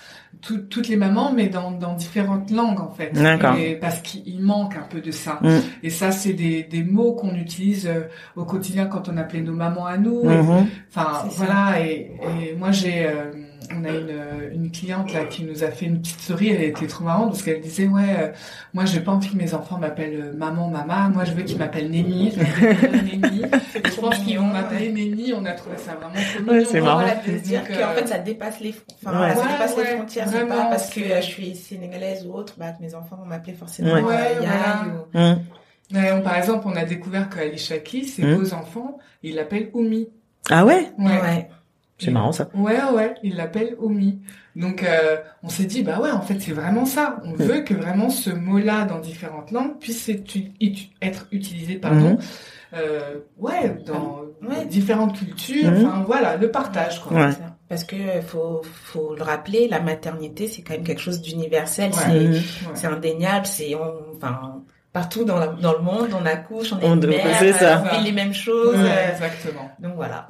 Speaker 2: Tout- toutes les mamans, mais dans, dans différentes langues en fait.
Speaker 1: D'accord.
Speaker 2: Et Parce qu'il manque un peu de ça.
Speaker 1: Mm.
Speaker 2: Et ça, c'est des, des mots qu'on utilise euh, au quotidien quand on appelait nos mamans à nous. Et
Speaker 1: Mhm.
Speaker 2: Enfin,
Speaker 3: C'est ça.
Speaker 2: voilà, et, et moi j'ai, euh, on a une, euh, une cliente là qui nous a fait une petite story, elle était trop marrante parce qu'elle disait, ouais, euh, moi j'ai pas envie que mes enfants m'appellent euh, maman, maman, moi je veux qu'ils m'appellent Néni, je m'appelle Néni, Et je
Speaker 3: trop
Speaker 2: pense qu'ils vont
Speaker 3: mignon,
Speaker 2: m'appeler Néni, on a trouvé ça vraiment trop
Speaker 1: Ouais,
Speaker 2: mignon.
Speaker 1: c'est
Speaker 3: Bon,
Speaker 1: marrant.
Speaker 3: Voilà, de se dire
Speaker 2: Donc,
Speaker 3: qu'en
Speaker 2: euh,
Speaker 3: fait, ça dépasse les, enfin,
Speaker 1: Ouais.
Speaker 3: voilà, ça
Speaker 2: Ouais,
Speaker 3: dépasse
Speaker 2: ouais,
Speaker 3: les frontières.
Speaker 2: vraiment,
Speaker 3: c'est pas parce que
Speaker 2: c'est-
Speaker 3: euh, je suis sénégalaise ou autre, bah, que mes enfants vont m'appeler forcément
Speaker 1: Ouais.
Speaker 3: euh,
Speaker 2: Ouais,
Speaker 3: Yael
Speaker 2: voilà.
Speaker 3: ou-
Speaker 1: Mhm.
Speaker 2: Ouais, on- par exemple, on a découvert qu'Alisha Ki, ses
Speaker 1: Mhm.
Speaker 2: beaux enfants, il l'appelle Oumi.
Speaker 1: Ah ouais
Speaker 2: Ouais.
Speaker 3: Ouais.
Speaker 1: C'est marrant ça.
Speaker 2: Ouais, ouais, il l'appelle Omi. Donc, euh, on s'est dit, bah ouais, en fait, c'est vraiment ça. On veut que vraiment ce mot-là, dans différentes langues, puisse être, ut- être utilisé, pardon,
Speaker 1: Mhm.
Speaker 2: euh, ouais, dans
Speaker 3: Ouais.
Speaker 2: différentes cultures.
Speaker 1: Mhm.
Speaker 2: Enfin, voilà, le partage, quoi.
Speaker 1: Ouais.
Speaker 3: C'est ça. Parce que euh, faut, faut le rappeler, la maternité, c'est quand même quelque chose d'universel.
Speaker 2: Ouais.
Speaker 3: C'est,
Speaker 1: Mhm.
Speaker 2: Ouais.
Speaker 3: c'est indéniable. C'est, on, enfin, partout dans, la- dans le monde, on accouche, on est
Speaker 1: On
Speaker 3: une
Speaker 1: de-
Speaker 3: mère,
Speaker 1: c'est ça.
Speaker 3: euh, on fait les mêmes choses.
Speaker 2: Ouais,
Speaker 3: euh,
Speaker 2: exactement.
Speaker 3: donc voilà.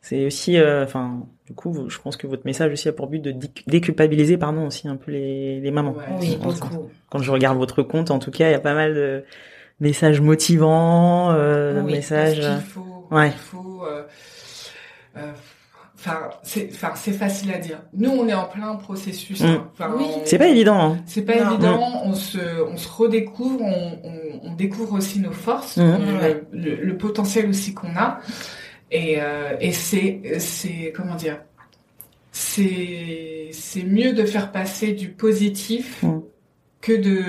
Speaker 1: C'est aussi, euh, enfin, du coup, vous- je pense que votre message aussi a pour but de déc- déculpabiliser, pardon, aussi un peu les, les mamans.
Speaker 2: Ouais.
Speaker 3: Oui,
Speaker 1: on sent.
Speaker 3: beaucoup.
Speaker 1: Quand je regarde votre compte, en tout cas, il y a pas mal de messages motivants, euh,
Speaker 3: Oui,
Speaker 1: messages.
Speaker 2: Parce qu'il faut,
Speaker 1: Ouais.
Speaker 2: il faut. euh, euh, Enfin, c'est, enfin, c'est facile à dire. Nous, on est en plein processus. hein. Enfin,
Speaker 3: Oui.
Speaker 2: on-
Speaker 1: Mm. C'est pas évident. Hein.
Speaker 2: C'est pas
Speaker 3: Non.
Speaker 2: évident, on se, on se redécouvre, on, on, on découvre aussi nos forces,
Speaker 1: Mhm.
Speaker 2: on- le, le potentiel aussi qu'on a. Et, euh, et c'est, c'est, comment dire, c'est, c'est mieux de faire passer du positif
Speaker 1: Mhm.
Speaker 2: que de.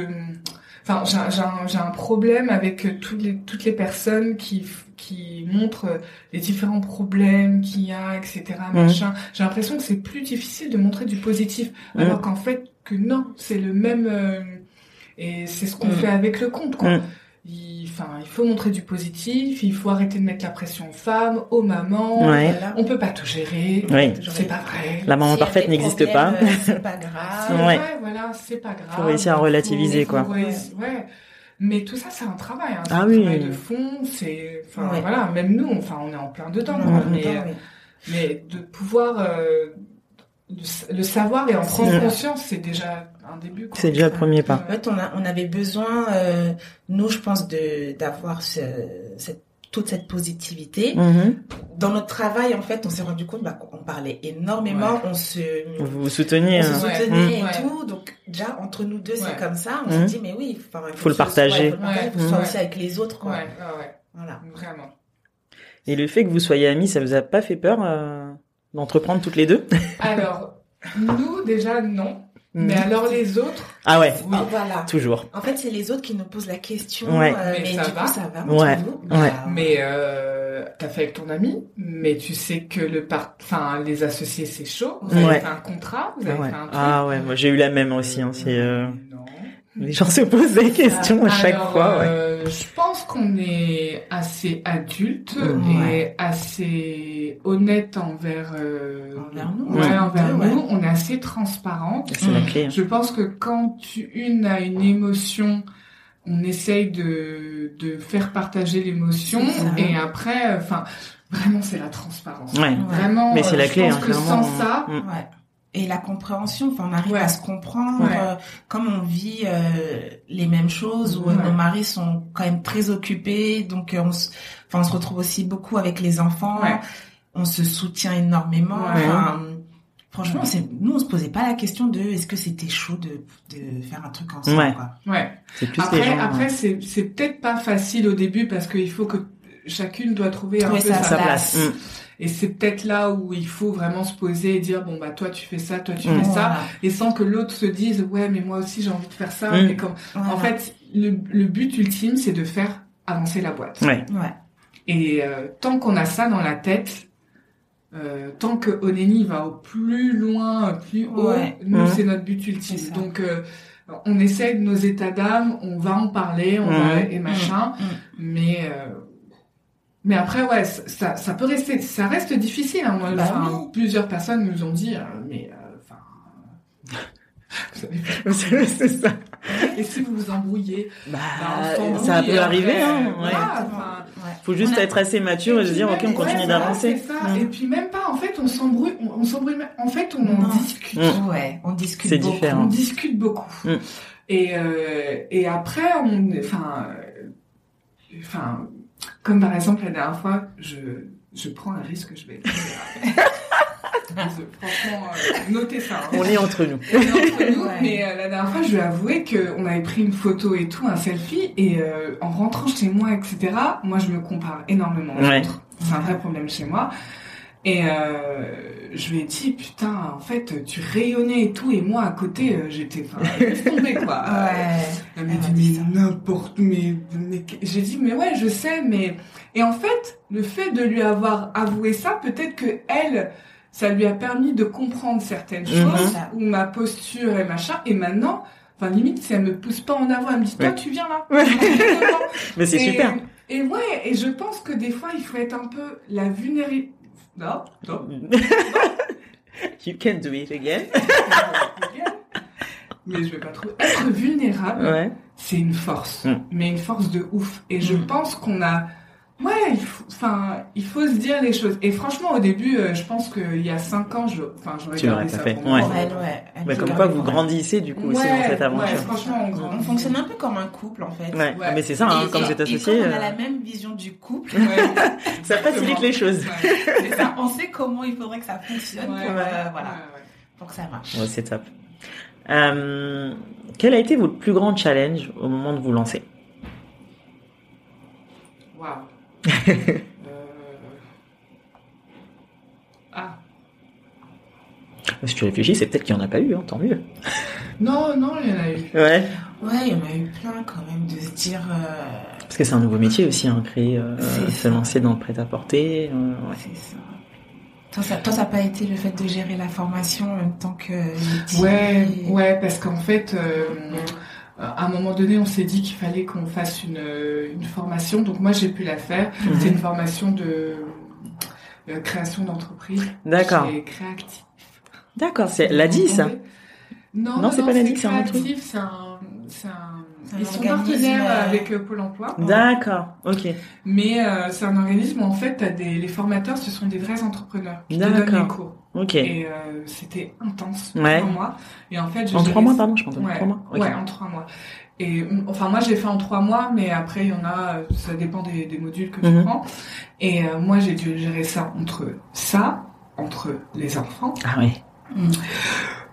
Speaker 2: Enfin, j'ai, un- j'ai, un, j'ai un problème avec toutes les, toutes les personnes qui, f- qui montrent les différents problèmes qu'il y a, etc.
Speaker 1: Mhm.
Speaker 2: Machin. J'ai l'impression que c'est plus difficile de montrer du positif.
Speaker 1: Mm.
Speaker 2: Alors qu'en fait, que non, c'est le même. euh, et c'est ce qu'on
Speaker 3: Mm.
Speaker 2: fait avec le compte, quoi.
Speaker 1: Mm.
Speaker 2: Il, enfin, il faut montrer du positif, il faut arrêter de mettre la pression aux femmes, aux mamans.
Speaker 1: Ouais.
Speaker 3: Voilà.
Speaker 2: On peut pas tout gérer,
Speaker 1: Oui.
Speaker 2: c'est pas vrai.
Speaker 1: La maman
Speaker 3: S'il y a
Speaker 1: parfaite
Speaker 3: des
Speaker 1: n'existe pas.
Speaker 3: problèmes, euh, C'est pas
Speaker 2: C'est
Speaker 3: grave.
Speaker 1: Ouais.
Speaker 2: vrai, voilà, c'est pas grave.
Speaker 1: Faut réussir à
Speaker 2: Faut-
Speaker 1: relativiser,
Speaker 2: faut
Speaker 1: quoi.
Speaker 2: réuss- ouais. Mais tout ça, c'est un travail, hein. C'est
Speaker 1: Ah
Speaker 2: un
Speaker 1: oui.
Speaker 2: travail de fond, c'est, enfin,
Speaker 3: Ouais.
Speaker 2: voilà, même nous, enfin, on est en plein dedans,
Speaker 3: Non,
Speaker 2: quoi.
Speaker 3: non,
Speaker 2: mais,
Speaker 3: non,
Speaker 2: euh,
Speaker 3: oui.
Speaker 2: mais de pouvoir euh, le, sa- le savoir et en prendre
Speaker 1: ça.
Speaker 2: conscience, c'est déjà un début. quoi.
Speaker 1: C'est déjà le premier pas.
Speaker 3: En fait, on, a, on avait besoin, euh, nous, je pense, de d'avoir ce, cette toute cette positivité.
Speaker 1: Mhm.
Speaker 3: Dans notre travail, en fait, on s'est rendu compte bah, qu'on parlait énormément,
Speaker 2: Ouais.
Speaker 3: on se,
Speaker 1: Vous vous soutenez. hein.
Speaker 3: on se
Speaker 2: Ouais.
Speaker 3: soutenait et
Speaker 2: Ouais.
Speaker 3: tout. Donc déjà entre nous deux,
Speaker 2: Ouais.
Speaker 3: c'est comme ça. On
Speaker 1: Mhm.
Speaker 3: s'est dit mais oui, enfin, il
Speaker 1: Faut le
Speaker 3: que ce soit-
Speaker 1: partager.
Speaker 3: il faut le partager, il faut que ce
Speaker 1: Ouais.
Speaker 3: soit
Speaker 2: Mhm.
Speaker 3: aussi avec les autres, quoi.
Speaker 2: Ouais, ouais, ouais,
Speaker 3: Voilà.
Speaker 2: vraiment.
Speaker 1: Et le fait que vous soyez amis, ça vous a pas fait peur euh, d'entreprendre toutes les deux
Speaker 3: Ben,
Speaker 2: Alors, nous, déjà, non. Mais alors, les autres,
Speaker 1: Mhm. Ah ouais,
Speaker 2: oui.
Speaker 3: Oh, voilà.
Speaker 1: toujours.
Speaker 3: En fait, c'est les autres qui nous posent la question.
Speaker 1: Ouais.
Speaker 3: euh,
Speaker 2: Mais
Speaker 3: mais
Speaker 2: ça
Speaker 3: du
Speaker 2: va
Speaker 3: coup, ça va.
Speaker 1: Ouais.
Speaker 3: entre vous
Speaker 1: Ah Ouais.
Speaker 3: Bah,
Speaker 2: Mais euh, t'as fait avec ton ami, mais tu sais que le part... enfin, les associés, c'est chaud. Vous avez
Speaker 1: Ouais.
Speaker 2: fait un contrat, vous
Speaker 1: Ah
Speaker 2: avez
Speaker 1: ouais.
Speaker 2: fait un truc.
Speaker 1: Ah ouais, moi j'ai eu la même aussi. Hein, c'est, euh,
Speaker 2: Non.
Speaker 1: Les gens se posent des questions à chaque
Speaker 2: Alors,
Speaker 1: fois. Ouais.
Speaker 2: euh, je pense qu'on est assez adulte
Speaker 1: Mmh.
Speaker 2: et assez honnête envers, euh,
Speaker 3: Envers nous.
Speaker 2: ouais,
Speaker 1: Ouais.
Speaker 2: envers
Speaker 3: Ouais.
Speaker 2: nous. On est assez
Speaker 3: euh,
Speaker 2: transparente.
Speaker 1: C'est
Speaker 3: mm.
Speaker 1: la clé. hein.
Speaker 2: Je pense que quand tu- une a une émotion, on essaye de, de faire partager l'émotion
Speaker 3: C'est ça.
Speaker 2: et après, enfin, vraiment c'est la transparence.
Speaker 1: hein. Ouais.
Speaker 2: Vraiment,
Speaker 1: Mais c'est
Speaker 2: euh,
Speaker 1: la
Speaker 2: je
Speaker 1: clé,
Speaker 2: pense
Speaker 1: hein,
Speaker 2: que
Speaker 1: clairement,
Speaker 2: sans ça,
Speaker 1: on-
Speaker 3: Ouais. Et la compréhension, enfin, on arrive
Speaker 2: Ouais.
Speaker 3: à se comprendre,
Speaker 2: Ouais.
Speaker 3: euh, comme on vit euh, les mêmes choses, où euh,
Speaker 2: Ouais.
Speaker 3: nos maris sont quand même très occupés, donc euh, on, se, enfin, on se retrouve aussi beaucoup avec les enfants,
Speaker 2: Ouais.
Speaker 3: on se soutient énormément.
Speaker 2: Ouais.
Speaker 3: enfin, franchement,
Speaker 2: Ouais.
Speaker 3: c'est, nous, on se posait pas la question de est-ce que c'était chaud de, de faire un truc ensemble.
Speaker 1: Ouais.
Speaker 3: Quoi.
Speaker 2: ouais.
Speaker 1: C'est hein. plus
Speaker 2: Après,
Speaker 1: les gens.
Speaker 2: après
Speaker 1: hein.
Speaker 2: c'est c'est peut-être pas facile au début parce qu'il faut que chacune doit trouver un
Speaker 3: Trouver
Speaker 2: peu
Speaker 3: sa
Speaker 2: sa,
Speaker 1: Sa
Speaker 3: place.
Speaker 1: place. Mm.
Speaker 2: Et c'est peut-être là où il faut vraiment se poser et dire bon bah toi tu fais ça, toi tu
Speaker 1: Mm.
Speaker 2: fais ça,
Speaker 3: Voilà.
Speaker 2: et sans que l'autre se dise ouais mais moi aussi j'ai envie de faire ça.
Speaker 1: Mm.
Speaker 2: Mais comme en
Speaker 3: Voilà.
Speaker 2: fait le, le but ultime c'est de faire avancer la boîte.
Speaker 1: Ouais.
Speaker 3: ouais.
Speaker 2: Et euh, tant qu'on a ça dans la tête, euh, tant que Oneni va au plus loin, plus haut,
Speaker 3: Ouais.
Speaker 2: nous
Speaker 1: Mhm.
Speaker 2: c'est notre but
Speaker 3: C'est
Speaker 2: ultime.
Speaker 3: ça.
Speaker 2: Donc euh, on essaie de nos états d'âme, on va en parler, on va
Speaker 1: Mhm.
Speaker 2: et machin,
Speaker 3: Mhm.
Speaker 2: mais euh, mais après ouais, c- ça, ça peut rester, ça reste difficile. hein. Moi,
Speaker 3: Bah
Speaker 2: enfin,
Speaker 3: oui.
Speaker 2: plusieurs personnes nous ont dit, euh, mais euh, enfin,
Speaker 1: Vous
Speaker 2: vous savez,
Speaker 1: savez, c'est ça.
Speaker 2: et si vous vous embrouillez,
Speaker 1: Bah,
Speaker 2: bah, on
Speaker 1: ça
Speaker 2: s'embrouille
Speaker 1: peut arriver.
Speaker 2: après, euh,
Speaker 1: Hein, ouais.
Speaker 2: voilà, enfin,
Speaker 3: Ouais.
Speaker 1: Faut juste
Speaker 3: On a-
Speaker 1: être assez mature et se
Speaker 2: puis
Speaker 1: dire
Speaker 2: même-
Speaker 1: ok, on
Speaker 2: ouais,
Speaker 1: continue
Speaker 2: voilà,
Speaker 1: d'avancer.
Speaker 2: c'est ça.
Speaker 1: Mm.
Speaker 2: Et puis même pas, en fait, on s'embrouille, on, on s'embrouille, même- en fait, on en
Speaker 3: Non.
Speaker 2: discute.
Speaker 1: Mm.
Speaker 3: Ouais, on discute
Speaker 1: C'est
Speaker 3: beaucoup.
Speaker 1: différent.
Speaker 2: On discute beaucoup.
Speaker 1: Mm.
Speaker 2: Et, euh, et après, on, enfin, euh, enfin, comme par exemple la dernière fois, je, je prends un risque, je vais. Franchement, euh, notez ça. hein.
Speaker 1: On est entre nous.
Speaker 2: On est entre nous,
Speaker 3: Ouais.
Speaker 2: mais euh, la dernière fois, je lui ai avoué qu'on avait pris une photo et tout, un selfie, et euh, en rentrant chez moi, etc., moi, je me compare énormément aux
Speaker 1: Ouais.
Speaker 2: autres. C'est un vrai problème chez moi. Et euh, je lui ai dit, putain, en fait, tu rayonnais et tout, et moi, à côté, euh, j'étais, enfin, laisse tomber, quoi.
Speaker 3: Ouais.
Speaker 2: Elle m'a
Speaker 3: Elle m'a
Speaker 2: dit,
Speaker 3: dit
Speaker 2: Ah, mais n'importe, mais, mais- j'ai dit, mais ouais, je sais, mais, et en fait, le fait de lui avoir avoué ça, peut-être que elle, ça lui a permis de comprendre certaines
Speaker 1: Mhm.
Speaker 2: choses,
Speaker 3: Ça.
Speaker 2: ou ma posture et machin, et maintenant, enfin, limite, si elle me pousse pas en avant, elle me dit, toi,
Speaker 1: Ouais.
Speaker 2: tu viens là.
Speaker 1: Ouais.
Speaker 2: Vraiment.
Speaker 1: Mais c'est
Speaker 2: Et-
Speaker 1: super.
Speaker 2: Et ouais, et je pense que des fois, il faut être un peu la vulnérabilité. Non, non.
Speaker 1: you can do it again.
Speaker 2: Mais je vais pas trop. Être vulnérable,
Speaker 1: Ouais.
Speaker 2: c'est une force,
Speaker 1: Mm.
Speaker 2: mais une force de ouf. Et je
Speaker 1: Hmm.
Speaker 3: Mm.
Speaker 2: pense qu'on a, ouais, il faut, enfin, il faut se dire les choses. Et franchement, au début, euh, je pense qu'il y a cinq ans, je, enfin, j'aurais
Speaker 1: Tu l'aurais
Speaker 2: gardé
Speaker 1: pas
Speaker 2: ça
Speaker 1: fait,
Speaker 2: pour
Speaker 1: Ouais.
Speaker 2: moi.
Speaker 3: Pour elle, ouais. Elle
Speaker 1: Bah,
Speaker 3: nous
Speaker 1: comme
Speaker 3: garde
Speaker 1: quoi, vous
Speaker 3: pour elle.
Speaker 1: grandissez du coup aussi
Speaker 2: Ouais,
Speaker 1: dans cette
Speaker 2: ouais,
Speaker 1: aventure.
Speaker 2: franchement, on
Speaker 3: On
Speaker 2: grandit.
Speaker 3: fonctionne un peu comme un couple, en fait.
Speaker 1: Ouais. Ah, mais c'est ça, hein,
Speaker 3: Et-
Speaker 1: quand
Speaker 3: et-
Speaker 1: vous êtes
Speaker 3: et
Speaker 1: associés,
Speaker 3: comme on
Speaker 1: euh,
Speaker 3: a la même vision du couple,
Speaker 2: Ouais.
Speaker 1: ça facilite les choses.
Speaker 2: Ouais.
Speaker 3: c'est ça, on sait comment il faudrait que ça fonctionne
Speaker 2: Ouais,
Speaker 3: pour,
Speaker 1: ouais,
Speaker 3: euh,
Speaker 2: Voilà.
Speaker 3: voilà, pour que ça marche.
Speaker 1: Ouais, c'est top. Euh, quel a été votre plus grand challenge au moment de vous lancer
Speaker 2: Waouh. Euh, Ah.
Speaker 1: Si tu réfléchis, c'est peut-être qu'il n'y en a pas eu, hein, tant mieux.
Speaker 2: Non, non, il y en a eu.
Speaker 1: Ouais.
Speaker 3: Ouais, il y en a eu plein quand même de se dire. euh,
Speaker 1: Parce que c'est un nouveau métier aussi, hein, créer, euh,
Speaker 3: C'est
Speaker 1: se
Speaker 3: ça.
Speaker 1: lancer dans le prêt-à-porter. euh, ouais.
Speaker 3: C'est ça. Toi, ça toi, ça n'a pas été le fait de gérer la formation en même temps que. les petits-
Speaker 2: Ouais, ouais, parce qu'en fait, euh, on- à un moment donné, on s'est dit qu'il fallait qu'on fasse une, euh, une formation. Donc moi, j'ai pu la faire.
Speaker 1: Mhm.
Speaker 2: C'est une formation de euh, création d'entreprise.
Speaker 1: D'accord.
Speaker 2: Chez Créactif.
Speaker 1: D'accord, c'est l'ADIS. ça.
Speaker 2: Non,
Speaker 1: hein Non,
Speaker 2: non,
Speaker 1: c'est
Speaker 2: non,
Speaker 1: pas la
Speaker 2: c'est
Speaker 1: Ligue, c'est un truc.
Speaker 2: Créactif, c'est un, c'est un-
Speaker 3: C'est un
Speaker 2: Ils sont
Speaker 3: organisme,
Speaker 2: partenaires
Speaker 3: euh,
Speaker 2: avec euh, Pôle Emploi.
Speaker 1: D'accord, ok.
Speaker 2: Mais euh, c'est un organisme où en fait, t'as des, les formateurs, ce sont des vrais entrepreneurs qui te donnent
Speaker 1: D'accord.
Speaker 2: les cours.
Speaker 1: Ok.
Speaker 2: Et euh, c'était intense
Speaker 1: Ouais.
Speaker 2: pour moi. Et en fait, je
Speaker 1: En
Speaker 2: gérais
Speaker 1: trois mois,
Speaker 2: ça-
Speaker 1: pardon, je pense. En
Speaker 2: Ouais,
Speaker 1: trois mois. ok.
Speaker 2: ouais, en trois mois. Et enfin, moi, j'ai fait en trois mois, mais après, il y en a, euh, ça dépend des, des modules que
Speaker 1: Mhm.
Speaker 2: tu prends. Et euh, moi, j'ai dû gérer ça entre ça, entre les enfants,
Speaker 1: Ah oui.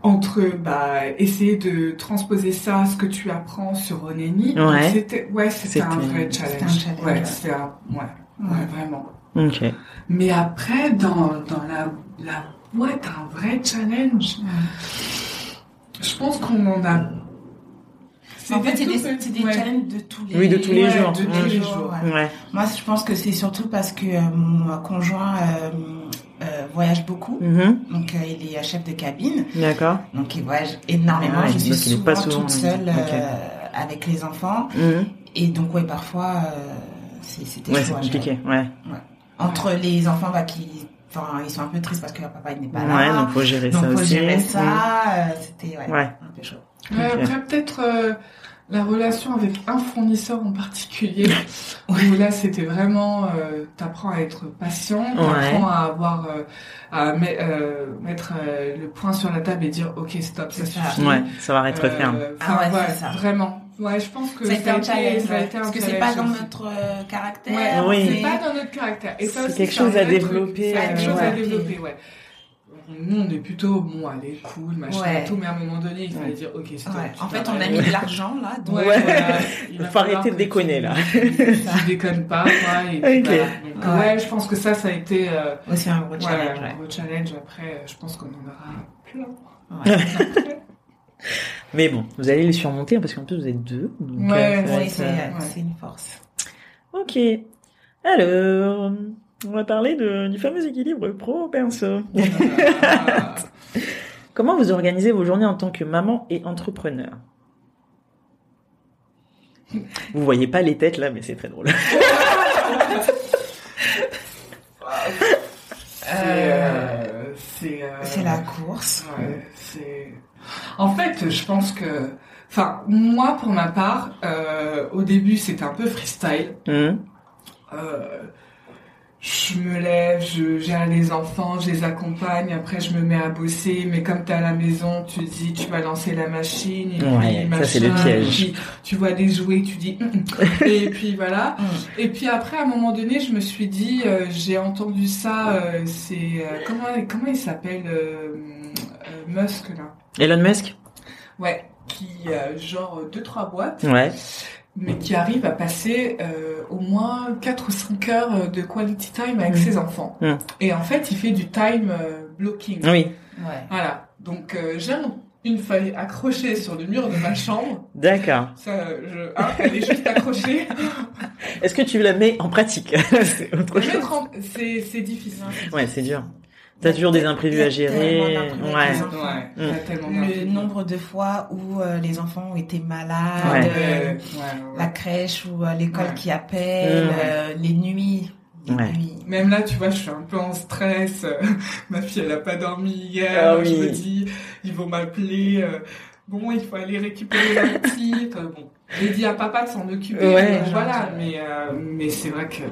Speaker 2: entre bah, essayer de transposer ça, ce que tu apprends sur Oneni. Donc,
Speaker 1: Ouais.
Speaker 2: C'était, ouais, c'était un
Speaker 1: C'était-
Speaker 2: vrai challenge.
Speaker 3: c'était un challenge,
Speaker 2: Ouais,
Speaker 3: ouais.
Speaker 2: c'était un- ouais, ouais, vraiment.
Speaker 1: Ok.
Speaker 2: Mais après, dans, dans la, la boîte, un vrai challenge. Je pense qu'on en a.
Speaker 3: En fait, c'est
Speaker 2: tout
Speaker 3: des,
Speaker 2: petits,
Speaker 3: c'est des
Speaker 2: ouais.
Speaker 3: challenges de tous les,
Speaker 1: Oui, de tous les jours.
Speaker 3: De tous
Speaker 1: Ouais.
Speaker 3: les jours ouais.
Speaker 1: Ouais.
Speaker 3: Moi, je pense que c'est surtout parce que euh, mon conjoint euh, euh, voyage beaucoup.
Speaker 1: Mhm.
Speaker 3: Donc, euh, il est chef de cabine.
Speaker 1: D'accord.
Speaker 3: Donc, il voyage énormément.
Speaker 1: Ah ouais,
Speaker 3: je suis
Speaker 1: donc il est
Speaker 3: souvent,
Speaker 1: pas souvent
Speaker 3: toute
Speaker 1: là.
Speaker 3: seule euh, avec les enfants.
Speaker 1: Mhm.
Speaker 3: Et donc, ouais, parfois, euh, c'est- c'était
Speaker 1: Ouais, c'est
Speaker 3: chaud à gérer.
Speaker 1: compliqué. Ouais.
Speaker 3: Entre les enfants, bah, qui, enfin, ils sont un peu tristes parce que leur papa, il n'est pas
Speaker 1: ouais,
Speaker 3: Bah là.
Speaker 1: donc faut gérer
Speaker 3: donc,
Speaker 1: ça
Speaker 3: faut
Speaker 1: aussi. Mm. Mhm.
Speaker 3: gérer ça. euh, c'était, ouais,
Speaker 1: Ouais.
Speaker 3: un peu chaud.
Speaker 2: Ouais,
Speaker 1: Ok.
Speaker 2: Après, peut-être euh, la relation avec un fournisseur en particulier, où là, c'était vraiment, euh, t'apprends à être patient, t'apprends à avoir, euh, à met- euh, mettre euh, le point sur la table et dire, ok, stop, ça
Speaker 3: C'est ça.
Speaker 2: suffit.
Speaker 1: Mhm. Ouais, ça va être
Speaker 2: Euh,
Speaker 1: ferme.
Speaker 2: enfin,
Speaker 3: Ah ouais,
Speaker 2: ouais,
Speaker 3: c'est ça.
Speaker 2: Vraiment. Ouais, je pense que
Speaker 3: ça a été un challenge.
Speaker 2: ça a été
Speaker 3: ouais.
Speaker 2: un
Speaker 3: parce que c'est
Speaker 2: challenge
Speaker 3: pas dans
Speaker 2: aussi.
Speaker 3: notre euh,
Speaker 2: Ouais,
Speaker 3: caractère.
Speaker 1: Oui.
Speaker 3: mais-
Speaker 2: c'est pas dans notre caractère. Et ça
Speaker 1: C'est
Speaker 2: aussi,
Speaker 1: quelque
Speaker 2: un
Speaker 1: chose à
Speaker 2: vrai
Speaker 1: développer,
Speaker 2: truc. C'est quelque
Speaker 3: euh,
Speaker 2: chose à
Speaker 3: ouais.
Speaker 2: développer, ouais. Nous, on est plutôt, bon, allez, cool, machin,
Speaker 3: Ouais.
Speaker 2: tout, mais à un moment donné, il fallait
Speaker 1: Ouais.
Speaker 2: dire, ok, stop.
Speaker 3: Ouais.
Speaker 2: tu
Speaker 3: En fait,
Speaker 2: vas
Speaker 3: on a
Speaker 2: arrêter.
Speaker 3: mis de l'argent là. Donc, euh,
Speaker 2: Ouais,
Speaker 1: Ouais.
Speaker 2: voilà, il va
Speaker 1: Faut arrêter
Speaker 2: falloir
Speaker 1: de
Speaker 2: que
Speaker 1: déconner,
Speaker 2: tu-
Speaker 1: là.
Speaker 2: Tu déconnes pas, quoi. Et puis
Speaker 1: Ok.
Speaker 2: voilà. Donc,
Speaker 3: Ouais.
Speaker 2: ouais. je pense que ça, ça a été euh,
Speaker 3: Ouais, c'est un gros
Speaker 2: ouais,
Speaker 3: challenge.
Speaker 2: un gros challenge. Après, euh, je pense qu'on en aura plein.
Speaker 3: Ouais. Ouais.
Speaker 1: Mais bon, vous allez les surmonter hein, parce qu'en plus vous êtes deux. donc,
Speaker 2: Ouais,
Speaker 1: euh, ça va
Speaker 3: Oui,
Speaker 1: être,
Speaker 3: c'est
Speaker 1: euh,
Speaker 3: c'est une force.
Speaker 1: Ok. Alors, on va parler de- du fameux équilibre pro-perso.
Speaker 2: Euh,
Speaker 1: Comment vous organisez vos journées en tant que maman et entrepreneur Vous voyez pas les têtes là, mais c'est très drôle.
Speaker 2: c'est, euh, c'est, euh,
Speaker 3: C'est la course.
Speaker 2: Ouais, c'est- En fait, je pense que... Enfin, moi, pour ma part, euh, au début, c'était un peu freestyle.
Speaker 1: Hum,
Speaker 2: Euh, je me lève, je gère les enfants, je les accompagne, après je me mets à bosser, mais comme t'es à la maison, tu te dis tu vas lancer la machine, et puis
Speaker 1: Ouais, ça, c'est le piège.
Speaker 2: et puis tu vois des jouets, tu dis Hum, hum. et puis voilà.
Speaker 3: Hum.
Speaker 2: Et puis après, à un moment donné, je me suis dit, euh, j'ai entendu ça, euh, c'est euh, comment comment il s'appelle euh, euh, Musk là,
Speaker 1: Elon Musk
Speaker 2: ouais, qui euh, genre deux trois boîtes
Speaker 1: Ouais.
Speaker 2: mais qui arrive à passer euh, au moins 4 ou 5 heures euh, de quality time avec
Speaker 1: Mhm.
Speaker 2: ses enfants.
Speaker 1: Mhm.
Speaker 2: Et en fait, il fait du time euh, blocking.
Speaker 1: Oui.
Speaker 3: Ouais.
Speaker 2: Voilà. Donc, euh, j'ai un- une feuille accrochée sur le mur de ma chambre.
Speaker 1: D'accord.
Speaker 2: Ça, euh, je, hein, elle est juste accrochée.
Speaker 1: Est-ce que tu la mets en pratique C'est autre
Speaker 2: Mais
Speaker 1: chose.
Speaker 2: mettre en- C'est c'est difficile. hein.
Speaker 1: Ouais, c'est dur. T'as toujours des imprévus à gérer. Ouais.
Speaker 2: Ouais,
Speaker 1: Mhm.
Speaker 2: t'as tellement
Speaker 3: Le
Speaker 2: d'imprévus.
Speaker 3: nombre de fois où euh, les enfants ont été malades,
Speaker 2: Ouais,
Speaker 1: Ouais.
Speaker 3: euh,
Speaker 2: ouais, ouais.
Speaker 3: la crèche ou euh, l'école
Speaker 2: Ouais.
Speaker 3: qui appelle,
Speaker 1: Ouais.
Speaker 3: euh, les nuits. Les
Speaker 1: Ouais.
Speaker 3: nuits.
Speaker 2: Même là, tu vois, je suis un peu en stress. euh, Ma fille, elle a pas dormi
Speaker 1: Ah
Speaker 2: hier.
Speaker 1: oui.
Speaker 2: Je me dis, ils vont m'appeler. euh, Bon, il faut aller récupérer la petite. Euh, Bon, j'ai dit à papa de s'en occuper.
Speaker 1: Ouais.
Speaker 2: donc voilà, mais euh, mais c'est vrai que.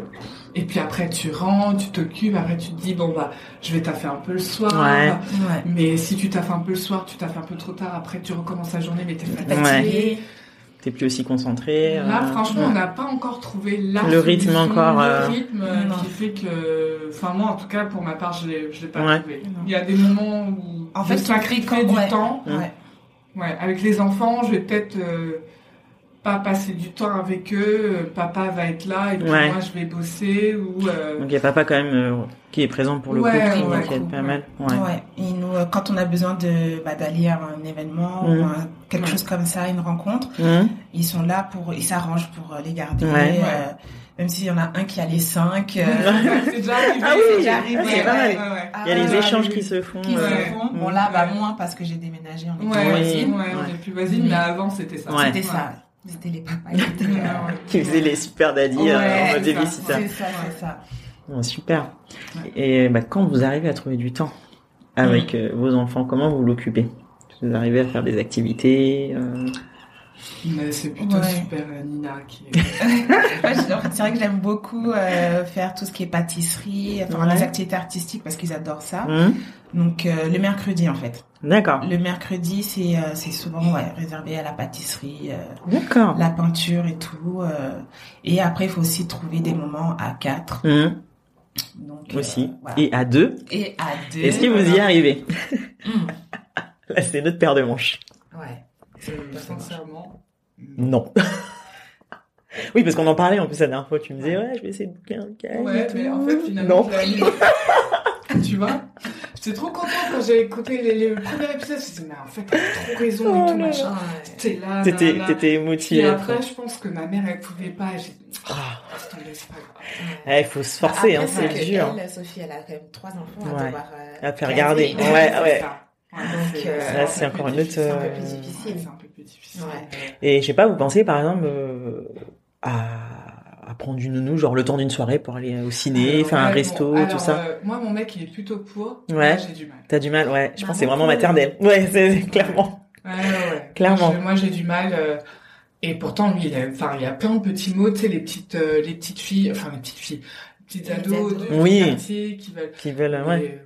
Speaker 2: Et puis après, tu rentres, tu t'occupes. Après, tu te dis bon bah, je vais taffer un peu le soir.
Speaker 1: Ouais.
Speaker 3: Ouais.
Speaker 2: Mais si tu taffes un peu le soir, tu taffes un peu trop tard. Après, tu recommences la journée, mais t'es fatigué.
Speaker 3: Fatigué.
Speaker 1: T'es plus aussi concentré.
Speaker 2: Là,
Speaker 1: euh,
Speaker 2: franchement, on n'a pas encore trouvé la
Speaker 1: Le rythme
Speaker 2: solution,
Speaker 1: encore,
Speaker 2: le
Speaker 1: euh,
Speaker 2: rythme euh,
Speaker 3: non.
Speaker 2: qui fait que, enfin moi, en tout cas, pour ma part, je l'ai, je l'ai pas
Speaker 1: Ouais.
Speaker 2: trouvé.
Speaker 3: Non.
Speaker 2: Il y a des moments où
Speaker 3: En
Speaker 2: je
Speaker 3: fait,
Speaker 2: sacrifie
Speaker 3: quand-
Speaker 2: du
Speaker 3: ouais.
Speaker 2: temps.
Speaker 1: Mhm.
Speaker 3: Ouais.
Speaker 2: Ouais, avec les enfants, je vais peut-être euh, pas passer du temps avec eux. Euh, Papa va être là et puis
Speaker 1: Ouais.
Speaker 2: moi, je vais bosser ou. euh,
Speaker 1: Donc il y a papa quand même euh, qui est présent pour le
Speaker 2: Ouais,
Speaker 1: couple,
Speaker 2: ouais,
Speaker 1: donc il y a
Speaker 2: cool,
Speaker 1: pas
Speaker 2: ouais.
Speaker 1: mal. Ouais.
Speaker 3: Ouais. Et nous, euh, quand on a besoin de bah, d'aller à un événement
Speaker 1: Mhm.
Speaker 3: ou un- quelque
Speaker 2: Ouais.
Speaker 3: chose comme ça, une rencontre,
Speaker 1: Hum,
Speaker 3: ils sont là pour, ils s'arrangent pour euh, les garder.
Speaker 1: Ouais.
Speaker 3: euh, même s'il y en a un qui a les cinq. euh,
Speaker 2: c'est déjà arrivé.
Speaker 1: Ah oui,
Speaker 2: c'est déjà
Speaker 3: ah,
Speaker 2: arrivé.
Speaker 3: c'est
Speaker 2: ouais,
Speaker 3: pas mal.
Speaker 2: ouais, ouais.
Speaker 1: Il y a
Speaker 3: ah,
Speaker 1: les
Speaker 3: ouais,
Speaker 1: échanges
Speaker 3: oui.
Speaker 1: qui se font.
Speaker 3: qui
Speaker 1: euh,
Speaker 3: se font.
Speaker 1: Mm.
Speaker 3: Bon là, bah
Speaker 2: Ouais.
Speaker 3: moins parce que j'ai déménagé en
Speaker 2: Ouais,
Speaker 3: étant
Speaker 2: ouais,
Speaker 3: voisine.
Speaker 2: on est plus voisine, mais avant c'était ça.
Speaker 1: Ouais.
Speaker 3: C'était ça. C'était les papas. qui étaient,
Speaker 2: Ouais, ouais.
Speaker 3: euh,
Speaker 1: Qui faisaient les super daddies
Speaker 3: Ouais,
Speaker 1: euh, en mode
Speaker 2: c'est
Speaker 1: des
Speaker 2: ça,
Speaker 1: visiteurs.
Speaker 3: C'est ça, c'est ça.
Speaker 1: Bon, Ah, super. Et bah, quand vous arrivez à trouver du temps
Speaker 2: Mmh.
Speaker 1: avec euh, vos enfants, comment vous l'occupez Vous arrivez à faire des activités euh,
Speaker 2: Mais c'est plutôt
Speaker 3: Ouais.
Speaker 2: super euh, Nina qui est...
Speaker 3: Ouais, j'ai- en fait, c'est vrai que j'aime beaucoup euh, faire tout ce qui est pâtisserie, enfin
Speaker 1: Ouais.
Speaker 3: les activités artistiques parce qu'ils adorent
Speaker 2: Ah.
Speaker 3: ça.
Speaker 1: Hum,
Speaker 3: Donc euh, le mercredi en fait.
Speaker 1: D'accord.
Speaker 3: Le mercredi c'est euh, c'est souvent ouais, réservé à la pâtisserie, euh,
Speaker 1: D'accord.
Speaker 3: la peinture et tout. euh, et après il faut aussi trouver des moments à quatre.
Speaker 1: Hum,
Speaker 3: Donc euh,
Speaker 1: Aussi.
Speaker 3: voilà. et...
Speaker 1: Et à deux,
Speaker 3: à deux.
Speaker 1: est-ce que vous y
Speaker 3: voilà.
Speaker 1: arrivez
Speaker 2: Mmh.
Speaker 3: Hum,
Speaker 1: Là, c'est notre paire de manches.
Speaker 3: Ouais.
Speaker 2: euh, sincèrement...
Speaker 1: Non. oui, parce qu'on en parlait en plus la dernière fois. Tu me disais, ouais, je vais essayer de boucler un cahier.
Speaker 2: Ouais,
Speaker 1: et
Speaker 2: mais
Speaker 1: tout.
Speaker 2: en fait, finalement,
Speaker 1: Non.
Speaker 2: je l'ai annulé. tu vois J'étais trop contente quand j'ai écouté les- le premier épisode. Je me suis dit, mais en fait, t'as trop raison
Speaker 1: Oh
Speaker 2: et tout,
Speaker 1: là
Speaker 2: machin.
Speaker 3: Ouais.
Speaker 2: T'es là,
Speaker 1: T'étais,
Speaker 2: nanana.
Speaker 1: t'étais
Speaker 2: Et
Speaker 1: motivée.
Speaker 2: après, je pense que ma mère, elle pouvait pas. J'ai dit,
Speaker 1: Ah,
Speaker 2: Ah, laisse tomber, c'est pas grave.
Speaker 1: eh, faut se forcer,
Speaker 2: Ah,
Speaker 3: Après,
Speaker 1: hein,
Speaker 3: que
Speaker 1: c'est dur.
Speaker 3: Elle, Sophie, elle a quand même trois enfants
Speaker 1: Ouais.
Speaker 3: à devoir. euh,
Speaker 1: À faire
Speaker 3: caser.
Speaker 1: garder.
Speaker 2: C'est
Speaker 1: Ouais, ouais.
Speaker 2: ça.
Speaker 3: Donc,
Speaker 2: c'est-
Speaker 3: euh,
Speaker 2: c'est
Speaker 3: là,
Speaker 2: un
Speaker 1: c'est
Speaker 2: peu
Speaker 1: encore
Speaker 2: plus
Speaker 1: une autre,
Speaker 2: difficile.
Speaker 1: euh,
Speaker 2: C'est un peu plus difficile.
Speaker 3: Ouais.
Speaker 2: C'est un peu plus difficile.
Speaker 1: Et je sais pas, vous pensez par exemple euh, à, à prendre une nounou, genre le temps d'une soirée pour aller au
Speaker 3: Ah
Speaker 1: ciné,
Speaker 2: Alors,
Speaker 1: faire un
Speaker 2: ouais,
Speaker 1: resto,
Speaker 2: bon, alors,
Speaker 1: tout ça.
Speaker 2: euh, moi, mon mec, il est plutôt pour.
Speaker 1: Ouais.
Speaker 2: Moi, J'ai du mal.
Speaker 1: T'as du mal, ouais. Je
Speaker 3: bah,
Speaker 1: pense que c'est vraiment
Speaker 3: beaucoup.
Speaker 1: maternelle. Ouais, c'est c'est clairement.
Speaker 2: Ouais, ouais, ouais.
Speaker 1: Clairement.
Speaker 2: Je- moi, j'ai du mal. euh, et pourtant, lui, il a, enfin, il y a plein de petits mots, tu sais, les petites, euh, les petites filles, enfin, les petites filles, les petites
Speaker 3: Les
Speaker 2: ados,
Speaker 3: ados.
Speaker 2: de
Speaker 1: Oui.
Speaker 2: quartier qui veulent.
Speaker 1: Qui veulent, euh, ouais,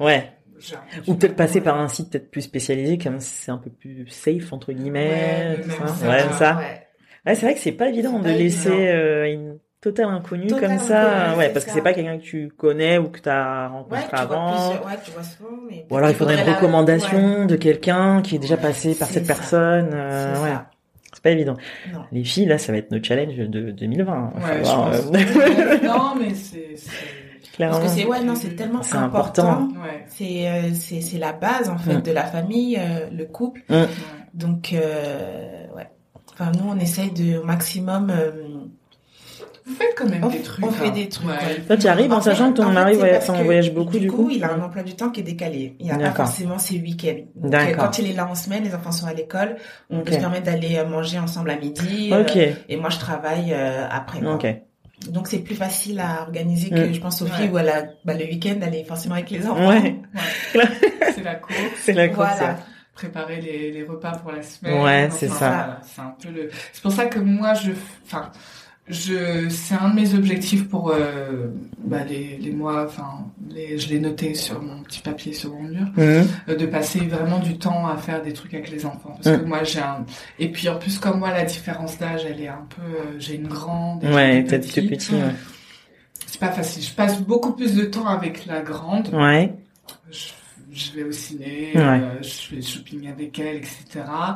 Speaker 2: mais,
Speaker 1: ouais.
Speaker 2: euh, j'ai un peu du
Speaker 1: Ou peut-être
Speaker 2: mal.
Speaker 1: passer par un site peut-être plus spécialisé, comme c'est un peu plus safe entre guillemets,
Speaker 2: Ouais,
Speaker 1: tout
Speaker 2: même
Speaker 1: ça.
Speaker 2: ça,
Speaker 1: Ah, ouais,
Speaker 2: ouais.
Speaker 1: ça.
Speaker 3: Ouais.
Speaker 1: Ouais, c'est vrai que c'est pas évident
Speaker 3: C'est
Speaker 1: de
Speaker 3: pas
Speaker 1: laisser
Speaker 3: évident.
Speaker 1: euh, une totale inconnue
Speaker 3: Totale
Speaker 1: comme ça,
Speaker 3: inconnue,
Speaker 1: ouais,
Speaker 3: c'est
Speaker 1: parce que
Speaker 3: ça.
Speaker 1: c'est pas quelqu'un que tu connais ou que t'as rencontré
Speaker 3: Ouais, tu vois
Speaker 1: avant.
Speaker 3: plusieurs- ouais, tu vois souvent, mais
Speaker 1: Ou alors il faudrait une
Speaker 3: la- ouais,
Speaker 1: recommandation de quelqu'un qui est déjà
Speaker 3: Ouais,
Speaker 1: passé par
Speaker 3: c'est
Speaker 1: cette
Speaker 3: ça.
Speaker 1: personne.
Speaker 3: c'est
Speaker 1: euh,
Speaker 3: ça.
Speaker 1: ouais, c'est pas évident.
Speaker 3: Non.
Speaker 1: Les filles, là, ça va être notre challenge de 2020. hein. Il va
Speaker 2: Ouais, je
Speaker 1: falloir,
Speaker 2: pense.
Speaker 1: euh,
Speaker 2: non, mais c'est, c'est-
Speaker 3: Parce que
Speaker 1: clairement.
Speaker 3: c'est ouais, non, c'est tellement
Speaker 1: C'est important.
Speaker 3: important.
Speaker 2: ouais.
Speaker 3: C'est euh, c'est c'est la base en fait
Speaker 1: Mm.
Speaker 3: de la famille, euh, le couple.
Speaker 2: ouais.
Speaker 3: Donc euh, ouais. Enfin nous on essaye de au maximum. euh,
Speaker 2: Vous faites quand même
Speaker 3: On
Speaker 2: des
Speaker 3: f-
Speaker 2: trucs.
Speaker 3: on fait
Speaker 2: hein.
Speaker 3: des trucs,
Speaker 2: Ouais.
Speaker 3: ouais.
Speaker 1: Toi, tu arrives en,
Speaker 3: en fait-
Speaker 1: sachant que ton
Speaker 3: en fait,
Speaker 1: mari
Speaker 3: c'est
Speaker 1: voyage,
Speaker 3: parce
Speaker 1: enfin,
Speaker 3: que
Speaker 1: voyage beaucoup,
Speaker 3: du
Speaker 1: du coup.
Speaker 3: il a un emploi du temps qui est décalé. Il a pas
Speaker 1: D'accord.
Speaker 3: forcément ses week-ends. Donc, euh,
Speaker 1: D'accord.
Speaker 3: Quand il est là en semaine, les enfants sont à l'école, on peut
Speaker 1: Ok.
Speaker 3: se permettre d'aller euh, manger ensemble à midi. euh,
Speaker 1: Ok,
Speaker 3: et moi je travaille euh, après. quoi.
Speaker 1: ok.
Speaker 3: Donc c'est plus facile à organiser que
Speaker 1: Mm.
Speaker 3: je pense Sophie
Speaker 2: Ouais.
Speaker 3: où elle a bah, le week-end elle est forcément avec les enfants.
Speaker 1: Ouais,
Speaker 2: C'est la course.
Speaker 1: c'est la course.
Speaker 3: Voilà.
Speaker 2: Préparer les, les repas pour la semaine.
Speaker 1: Ouais, c'est
Speaker 3: ça.
Speaker 2: voilà, c'est un peu le. C'est pour ça que moi, je, enfin, je, c'est un de mes objectifs pour euh, bah, les, les mois. Enfin, les, je l'ai noté sur mon petit papier sur mon mur.
Speaker 1: ouais. Mhm.
Speaker 2: euh, de passer vraiment du temps à faire des trucs avec les enfants parce
Speaker 1: Mm.
Speaker 2: que moi j'ai un et puis en plus comme moi la différence d'âge elle est un peu euh, j'ai une grande et j'ai
Speaker 1: Ouais,
Speaker 2: des
Speaker 1: t'as dit
Speaker 2: petits.
Speaker 1: tout petit, ouais.
Speaker 2: c'est pas facile je passe beaucoup plus de temps avec la grande
Speaker 1: Ouais.
Speaker 2: je, je vais au ciné
Speaker 1: Mm. Ouais.
Speaker 2: euh, je fais le shopping avec elle etc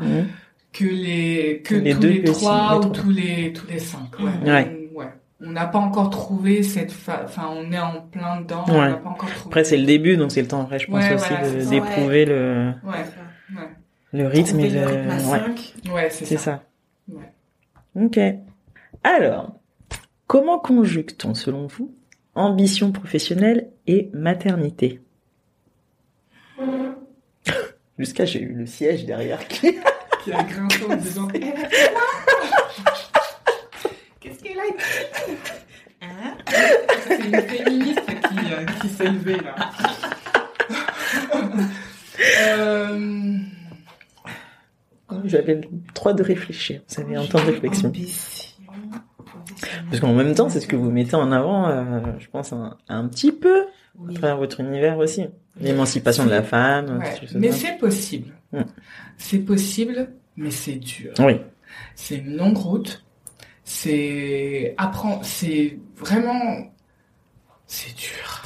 Speaker 1: Mhm.
Speaker 2: que les que
Speaker 1: Les
Speaker 2: tous
Speaker 1: deux
Speaker 2: les
Speaker 1: petits, les
Speaker 2: trois ou
Speaker 1: trois.
Speaker 2: tous les tous les cinq ouais
Speaker 3: Mm.
Speaker 1: Ouais.
Speaker 2: On- ouais. on n'a pas encore trouvé cette fa... enfin on est en plein dedans on
Speaker 1: Ouais.
Speaker 2: n'a pas encore trouvé
Speaker 1: Après, c'est le début, donc c'est le temps, après, je pense
Speaker 2: Ouais,
Speaker 1: aussi, de-
Speaker 2: voilà, c'est ça.
Speaker 1: d'éprouver le,
Speaker 2: ouais
Speaker 1: le rythme et
Speaker 3: Trouver
Speaker 1: le,
Speaker 3: le rythme à
Speaker 1: ouais.
Speaker 3: cinq.
Speaker 2: ouais c'est
Speaker 1: C'est
Speaker 2: ça,
Speaker 1: ça.
Speaker 2: Ouais.
Speaker 1: Ok. Alors, comment conjugue-t-on, selon vous, ambition professionnelle et maternité Jusqu'à j'ai eu le siège derrière qui.
Speaker 2: qui a grincé en disant
Speaker 3: Qu'est-ce qu'elle a Hein
Speaker 2: C'est une féministe qui, euh, qui s'est levée là. Euh,
Speaker 1: J'avais trois de réfléchir. Vous avez un temps de réflexion.
Speaker 3: Ambition professionnelle.
Speaker 1: Parce qu'en même temps, c'est ce que vous mettez en avant, euh, je pense, un, un petit peu à
Speaker 3: Oui.
Speaker 1: travers votre univers aussi. L'émancipation de la femme,
Speaker 2: ouais.
Speaker 1: tout ça.
Speaker 2: Mais c'est possible.
Speaker 1: Mm.
Speaker 2: C'est possible, mais c'est dur.
Speaker 1: Oui,
Speaker 2: C'est une longue route. C'est apprendre. C'est vraiment. C'est dur.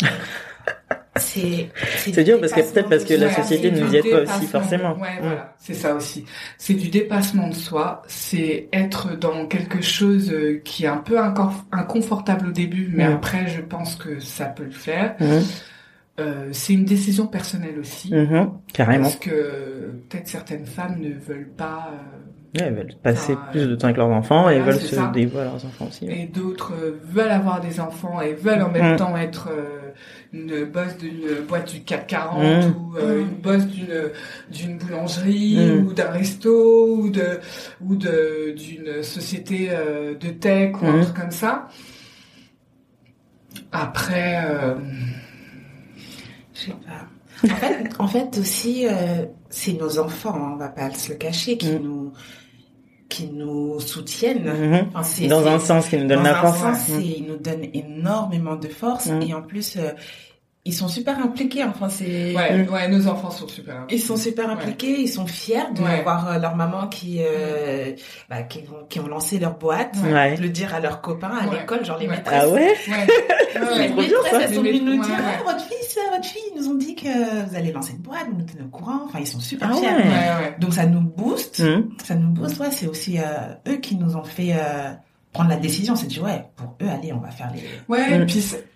Speaker 3: C'est
Speaker 1: C'est dur parce que- peut-être parce que la
Speaker 2: Ouais,
Speaker 1: société
Speaker 2: c'est
Speaker 1: ne nous
Speaker 2: du
Speaker 1: y aide pas aussi,
Speaker 2: dépassement.
Speaker 1: forcément.
Speaker 2: Ouais,
Speaker 1: Mm.
Speaker 2: voilà, c'est ça aussi. C'est du dépassement de soi, c'est être dans quelque chose euh, qui est un peu inconf- inconfortable au début, mais
Speaker 1: Mm.
Speaker 2: après je pense que ça peut le faire.
Speaker 1: Mhm.
Speaker 2: Euh, c'est une décision personnelle aussi.
Speaker 1: Mhm. carrément.
Speaker 2: Parce que euh, peut-être certaines femmes ne veulent pas euh,
Speaker 1: Ouais, elles veulent passer
Speaker 2: Enfin,
Speaker 1: plus de temps avec leurs enfants et
Speaker 2: voilà,
Speaker 1: veulent
Speaker 2: c'est
Speaker 1: se
Speaker 2: ça.
Speaker 1: dévouer à leurs enfants aussi.
Speaker 2: et d'autres euh, veulent avoir des enfants et veulent en même
Speaker 1: Mm.
Speaker 2: temps être euh, une bosse d'une boîte du CAC 40
Speaker 1: Mm.
Speaker 2: ou euh,
Speaker 3: Mm.
Speaker 2: une bosse d'une d'une boulangerie
Speaker 1: Mm.
Speaker 2: ou d'un resto ou de ou de d'une société euh, de tech ou un
Speaker 1: Mm.
Speaker 2: truc comme ça. Après euh,
Speaker 3: Je sais pas. En fait, en fait aussi, euh, c'est nos enfants, hein, on va pas se le cacher, qui
Speaker 1: Mm.
Speaker 3: nous qui nous soutiennent.
Speaker 1: Mhm.
Speaker 3: Enfin, c'est-
Speaker 1: Dans
Speaker 3: c'est-
Speaker 1: un sens qui me donne
Speaker 3: dans
Speaker 1: la
Speaker 3: un
Speaker 1: force.
Speaker 3: sens,
Speaker 1: Mhm.
Speaker 3: c'est- ils nous donnent énormément de force
Speaker 1: Mhm.
Speaker 3: et en plus, euh, ils sont super impliqués. Enfin, c'est
Speaker 2: Ouais,
Speaker 1: Mm.
Speaker 2: ouais, nos enfants sont super.
Speaker 3: ils sont super
Speaker 2: Ouais.
Speaker 3: impliqués, ils sont fiers de
Speaker 2: Ouais. Mm.
Speaker 3: voir euh, leur maman qui, euh, bah, qui, vont- qui ont lancé leur boîte,
Speaker 2: Ouais.
Speaker 1: Ouais.
Speaker 3: le dire à leurs copains à
Speaker 2: Ouais.
Speaker 3: l'école, genre les
Speaker 2: Ouais.
Speaker 3: maîtresses.
Speaker 1: Ah ouais
Speaker 2: Ouais.
Speaker 3: Les
Speaker 2: ouais.
Speaker 1: trop bien,
Speaker 3: maîtresses,
Speaker 1: ça.
Speaker 3: elles sont venues nous
Speaker 2: Ouais,
Speaker 3: dire,
Speaker 2: ouais.
Speaker 3: ah, votre fils, euh, votre fille, ils nous ont dit que vous allez lancer une boîte, vous nous tenez au courant. Enfin, ils sont super
Speaker 1: Ah
Speaker 3: fiers.
Speaker 1: ouais.
Speaker 2: Ouais, ouais.
Speaker 3: Donc, ça nous booste.
Speaker 1: Mhm.
Speaker 3: Ça nous booste, ouais. C'est aussi euh, eux qui nous ont fait euh, prendre la décision. C'est dit, ouais, pour eux, allez, on va faire les...
Speaker 2: Ouais,
Speaker 1: Mm.
Speaker 2: puis c'est-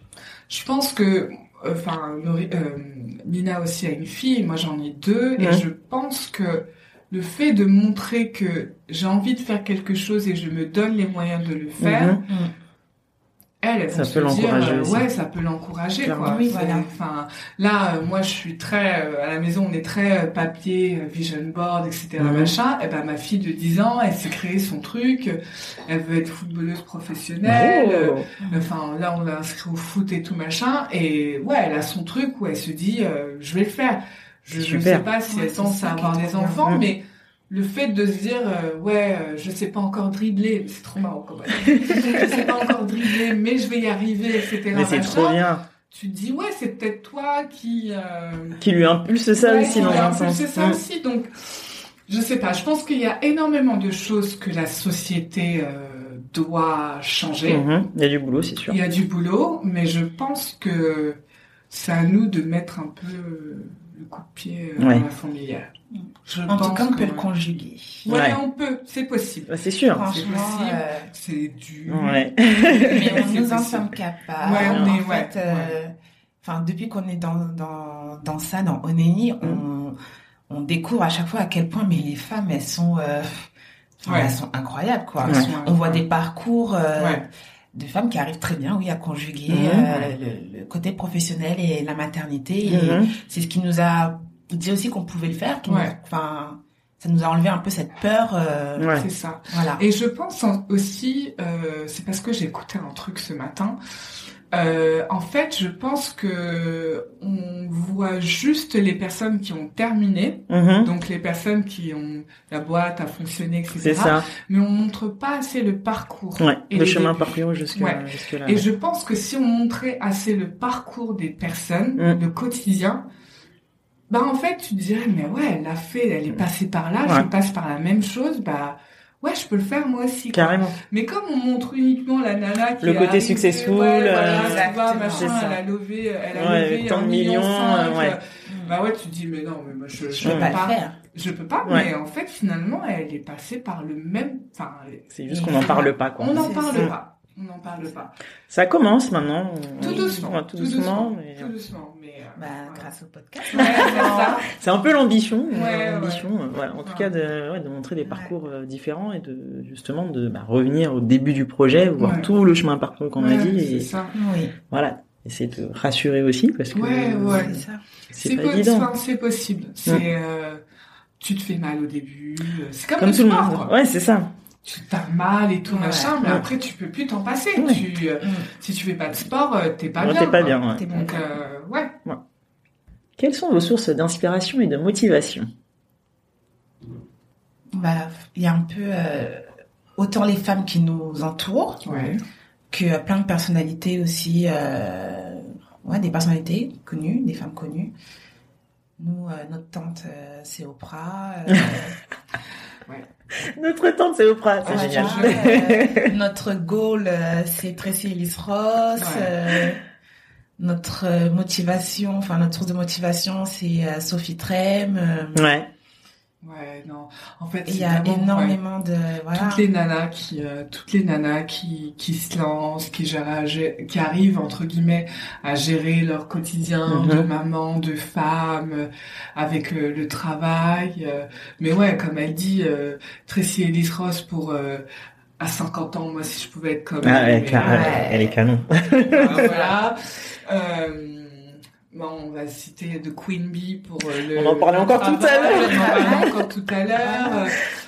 Speaker 2: je pense que, enfin, Nori- euh, Nina aussi a une fille, moi j'en ai deux,
Speaker 1: Mm.
Speaker 2: et je pense que le fait de montrer que j'ai envie de faire quelque chose et je me donne les moyens de le faire,
Speaker 1: Mhm.
Speaker 2: elle, elles
Speaker 1: Ça
Speaker 2: vont se
Speaker 1: peut l'encourager
Speaker 2: dire, euh,
Speaker 1: aussi.
Speaker 2: ouais, ça peut l'encourager, quoi.
Speaker 1: Clairement.
Speaker 3: Oui,
Speaker 2: C'est-
Speaker 3: voilà.
Speaker 2: Enfin, là, euh, moi, je suis très, euh, à la maison, on est très euh, papier, euh, vision board, etc.,
Speaker 1: Mhm.
Speaker 2: machin. Et ben, ma fille de 10 ans, elle s'est créée son truc, elle veut être footballeuse professionnelle, euh,
Speaker 1: Oh.
Speaker 2: Enfin, là, on l'a inscrit au foot et tout machin. Et ouais, elle a son truc où elle se dit, euh, je vais le faire. Je ne
Speaker 1: Super.
Speaker 2: sais pas si
Speaker 3: Ouais,
Speaker 2: elle
Speaker 3: c'est
Speaker 2: pense
Speaker 3: ça
Speaker 2: à
Speaker 3: qui est
Speaker 2: avoir
Speaker 3: trop
Speaker 2: des
Speaker 3: bien.
Speaker 2: enfants,
Speaker 1: Mm.
Speaker 2: mais le fait de se dire, euh, ouais, euh, je sais pas encore dribbler, c'est trop marrant quand même. je sais pas encore dribbler, mais je vais y arriver, etc.
Speaker 1: Mais c'est
Speaker 2: machin.
Speaker 1: trop bien.
Speaker 2: Tu te dis, ouais, c'est peut-être toi qui... euh,
Speaker 1: Qui lui impulse ça
Speaker 2: Ouais,
Speaker 1: aussi
Speaker 2: qui
Speaker 1: dans
Speaker 2: l'a
Speaker 1: un
Speaker 2: impulsé
Speaker 1: sens.
Speaker 2: ça
Speaker 1: Mhm.
Speaker 2: aussi. Donc, je sais pas. Je pense qu'il y a énormément de choses que la société euh, doit changer.
Speaker 1: Mhm. Il y a du boulot, c'est sûr.
Speaker 2: Il y a du boulot, mais je pense que c'est à nous de mettre un peu le coup de pied euh,
Speaker 1: Ouais.
Speaker 2: dans la fourmilière. Je
Speaker 3: En tout
Speaker 2: pense
Speaker 3: cas, on
Speaker 2: que-
Speaker 3: peut le conjuguer.
Speaker 2: Ouais,
Speaker 1: Ouais.
Speaker 2: on peut, c'est possible.
Speaker 1: Bah, c'est sûr.
Speaker 3: Franchement,
Speaker 2: possible.
Speaker 3: euh,
Speaker 2: C'est dur.
Speaker 1: Ouais.
Speaker 3: mais
Speaker 2: Mais c'est
Speaker 3: on nous en
Speaker 2: possible.
Speaker 3: sommes capables.
Speaker 2: Ouais, on
Speaker 3: en
Speaker 2: est- ouais,
Speaker 3: fait, euh, enfin, depuis qu'on est dans, dans, dans ça, dans Oneni, on, on découvre à chaque fois à quel point mais les femmes, elles sont, euh, enfin,
Speaker 2: Ouais.
Speaker 3: elles sont incroyables, quoi.
Speaker 1: Ouais.
Speaker 3: On voit des parcours euh,
Speaker 2: Ouais.
Speaker 3: de femmes qui arrivent très bien, oui, à conjuguer
Speaker 1: Mhm.
Speaker 3: euh, le, le côté professionnel et la maternité. Et
Speaker 1: Mhm.
Speaker 3: C'est ce qui nous a dit aussi qu'on pouvait le faire. qui nous-
Speaker 2: Ouais.
Speaker 3: Enfin, ça nous a enlevé un peu cette peur. euh,
Speaker 1: Ouais.
Speaker 2: C'est ça.
Speaker 3: Voilà.
Speaker 2: Et je pense en- aussi, euh, c'est parce que j'ai écouté un truc ce matin. Euh, en fait, je pense que on voit juste les personnes qui ont terminé,
Speaker 1: Mhm.
Speaker 2: donc les personnes qui ont la boîte a fonctionné, etc.
Speaker 1: C'est ça.
Speaker 2: mais on montre pas assez le parcours.
Speaker 1: Ouais.
Speaker 2: Et
Speaker 1: Le
Speaker 2: les
Speaker 1: chemin
Speaker 2: débuts.
Speaker 1: parcouru jusque
Speaker 2: Ouais.
Speaker 1: jusque là.
Speaker 2: Et je pense que si on montrait assez le parcours des personnes,
Speaker 1: Mm.
Speaker 2: le quotidien, bah en fait tu te dirais mais ouais elle l'a fait, elle est passée par là, je
Speaker 1: Ouais.
Speaker 2: passe par la même chose, bah ouais je peux le faire moi aussi. quoi.
Speaker 1: Carrément.
Speaker 2: Mais comme on montre uniquement la nana qui
Speaker 1: Le
Speaker 2: est
Speaker 1: côté
Speaker 2: arrivée,
Speaker 1: successful,
Speaker 2: ouais, voilà,
Speaker 3: euh,
Speaker 2: tu vois,
Speaker 3: exactement.
Speaker 2: machin,
Speaker 1: C'est ça.
Speaker 2: elle a levé, elle a
Speaker 1: Ouais,
Speaker 2: levé
Speaker 1: tant
Speaker 2: un
Speaker 1: de
Speaker 2: million,
Speaker 1: millions,
Speaker 2: cinq,
Speaker 1: euh, ouais.
Speaker 2: euh, Bah ouais tu te dis mais non mais moi je
Speaker 3: Je
Speaker 2: je
Speaker 3: peux
Speaker 1: Mm.
Speaker 2: peux
Speaker 3: pas
Speaker 2: pas,
Speaker 3: le faire.
Speaker 2: je peux pas.
Speaker 1: Ouais.
Speaker 2: Mais en fait finalement elle est passée par le même, enfin
Speaker 1: C'est juste qu'on n'en parle pas, quoi.
Speaker 2: on n'en
Speaker 3: C'est
Speaker 2: parle
Speaker 1: ça.
Speaker 2: pas. On n'en parle pas.
Speaker 1: Ça commence maintenant.
Speaker 2: Tout
Speaker 1: On-
Speaker 2: doucement.
Speaker 1: on va tout doucement. mais-
Speaker 2: Tout doucement. Mais, euh,
Speaker 3: Bah,
Speaker 2: voilà.
Speaker 3: grâce au podcast.
Speaker 2: Ouais, c'est ça.
Speaker 1: C'est un peu l'ambition, euh,
Speaker 2: Ouais,
Speaker 1: l'ambition, euh, voilà, en tout
Speaker 2: Ouais.
Speaker 1: cas de, ouais, de montrer des
Speaker 3: Ouais.
Speaker 1: parcours euh, différents et de justement de bah, revenir au début du projet, voir
Speaker 2: Ouais.
Speaker 1: tout le chemin parcouru qu'on a
Speaker 2: Ouais,
Speaker 1: dit
Speaker 2: c'est
Speaker 1: et
Speaker 2: ça.
Speaker 3: Oui,
Speaker 1: voilà, essayer de rassurer aussi parce que
Speaker 2: Ouais, ouais.
Speaker 3: c'est ça.
Speaker 1: c'est pas
Speaker 2: po-
Speaker 1: évident.
Speaker 2: enfin, c'est possible. C'est, euh, tu te fais mal au début. euh, C'est comme,
Speaker 1: Comme
Speaker 2: le
Speaker 1: tout le
Speaker 2: sport,
Speaker 1: monde.
Speaker 2: quoi.
Speaker 1: Ouais, c'est ça.
Speaker 2: Tu t'as mal et tout
Speaker 3: Ouais.
Speaker 2: machin, mais
Speaker 1: Ouais.
Speaker 2: après tu peux plus t'en passer.
Speaker 1: Ouais.
Speaker 2: Tu, euh,
Speaker 3: Mm.
Speaker 2: si tu fais pas de sport, euh, t'es pas
Speaker 1: Ouais,
Speaker 2: bien.
Speaker 1: t'es pas
Speaker 2: quoi.
Speaker 1: bien. ouais.
Speaker 3: T'es bon.
Speaker 2: Donc euh, ouais.
Speaker 1: Quelles sont vos sources d'inspiration et de motivation
Speaker 3: Bah, il y a un peu euh, autant les femmes qui nous entourent
Speaker 2: Ouais.
Speaker 3: que euh, plein de personnalités aussi, euh, ouais, des personnalités connues, des femmes connues. Nous, euh, notre tante, euh, c'est Oprah. euh,
Speaker 1: Notre tante c'est Oprah, c'est
Speaker 2: Ah,
Speaker 3: voilà,
Speaker 1: génial.
Speaker 3: euh, notre goal, euh, c'est Tracy Ellis Ross.
Speaker 2: Ouais.
Speaker 3: euh, notre euh, motivation, enfin notre source de motivation, c'est euh, Sophie Trem. euh,
Speaker 1: ouais,
Speaker 2: Ouais, non. En fait,
Speaker 3: il y a
Speaker 2: évidemment, ouais.
Speaker 3: énormément de voilà.
Speaker 2: Toutes les nanas qui, euh, toutes les nanas qui, qui se lancent, qui gèrent, à gé- qui arrivent entre guillemets à gérer leur quotidien de
Speaker 1: Mhm.
Speaker 2: maman, de femme, euh, avec euh, le travail. euh, mais ouais, comme elle dit, euh, Tracy Ellis Ross pour euh, à 50 ans, moi si je pouvais être comme
Speaker 1: Ah,
Speaker 2: elle.
Speaker 1: ouais,
Speaker 2: mais,
Speaker 1: Clara,
Speaker 3: ouais.
Speaker 1: elle est canon.
Speaker 2: Ah, euh, voilà. Euh, Bon, on va citer de Queen Bee pour euh, le.
Speaker 1: On en parlait
Speaker 2: le
Speaker 1: encore tout à
Speaker 2: travail,
Speaker 1: l'heure.
Speaker 2: On en parlait encore tout à l'heure. Euh,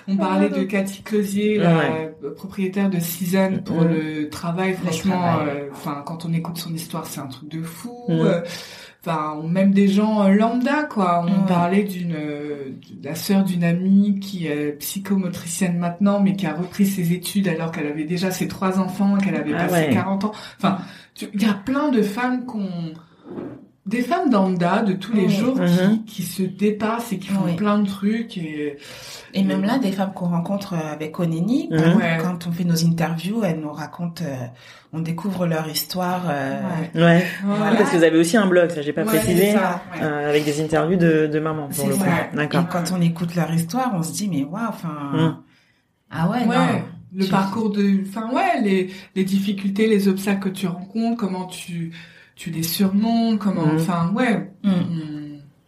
Speaker 2: On parlait de Cathy Closier, la
Speaker 1: Ouais.
Speaker 2: euh, propriétaire de Season, pour
Speaker 1: Mhm.
Speaker 2: le travail. Franchement,
Speaker 3: travail.
Speaker 2: euh, enfin, quand on écoute son histoire, c'est un truc de fou.
Speaker 1: Mhm.
Speaker 2: Euh, Enfin, on- même des gens euh, lambda, quoi. On
Speaker 3: Mhm.
Speaker 2: parlait d'une euh, de la sœur d'une amie qui est psychomotricienne maintenant, mais qui a repris ses études alors qu'elle avait déjà ses trois enfants, qu'elle avait
Speaker 1: Ah
Speaker 2: passé
Speaker 1: ouais.
Speaker 2: 40 ans. Enfin, tu- il y a plein de femmes qu'on des femmes lambda de tous les
Speaker 3: Mhm.
Speaker 2: jours
Speaker 1: Mhm.
Speaker 2: qui, qui se dépassent et qui font
Speaker 3: Oui.
Speaker 2: plein de trucs et
Speaker 3: Et même là, des femmes qu'on rencontre euh, avec Oneni,
Speaker 1: Mhm.
Speaker 3: quand-
Speaker 2: Hein? Ouais.
Speaker 3: quand on fait nos interviews, elles nous racontent, euh, on découvre leur histoire. euh,
Speaker 2: Ouais.
Speaker 1: Ouais.
Speaker 3: Voilà.
Speaker 1: Parce que vous avez aussi un blog, ça j'ai pas
Speaker 2: Ouais,
Speaker 1: précisé,
Speaker 3: c'est ça, ouais.
Speaker 1: euh, avec des interviews de, de maman pour
Speaker 3: C'est
Speaker 1: le coup.
Speaker 3: ça.
Speaker 1: D'accord.
Speaker 3: Et quand on écoute leur histoire, on se dit mais waouh, enfin
Speaker 1: Mhm.
Speaker 3: ah ouais,
Speaker 2: Hein? Ouais.
Speaker 3: non.
Speaker 2: le
Speaker 3: Tu-
Speaker 2: parcours de enfin ouais les les difficultés les obstacles que tu rencontres comment tu tu les surmontes comment
Speaker 3: Mm-hmm.
Speaker 1: Mhm.
Speaker 2: enfin ouais
Speaker 3: Mhm.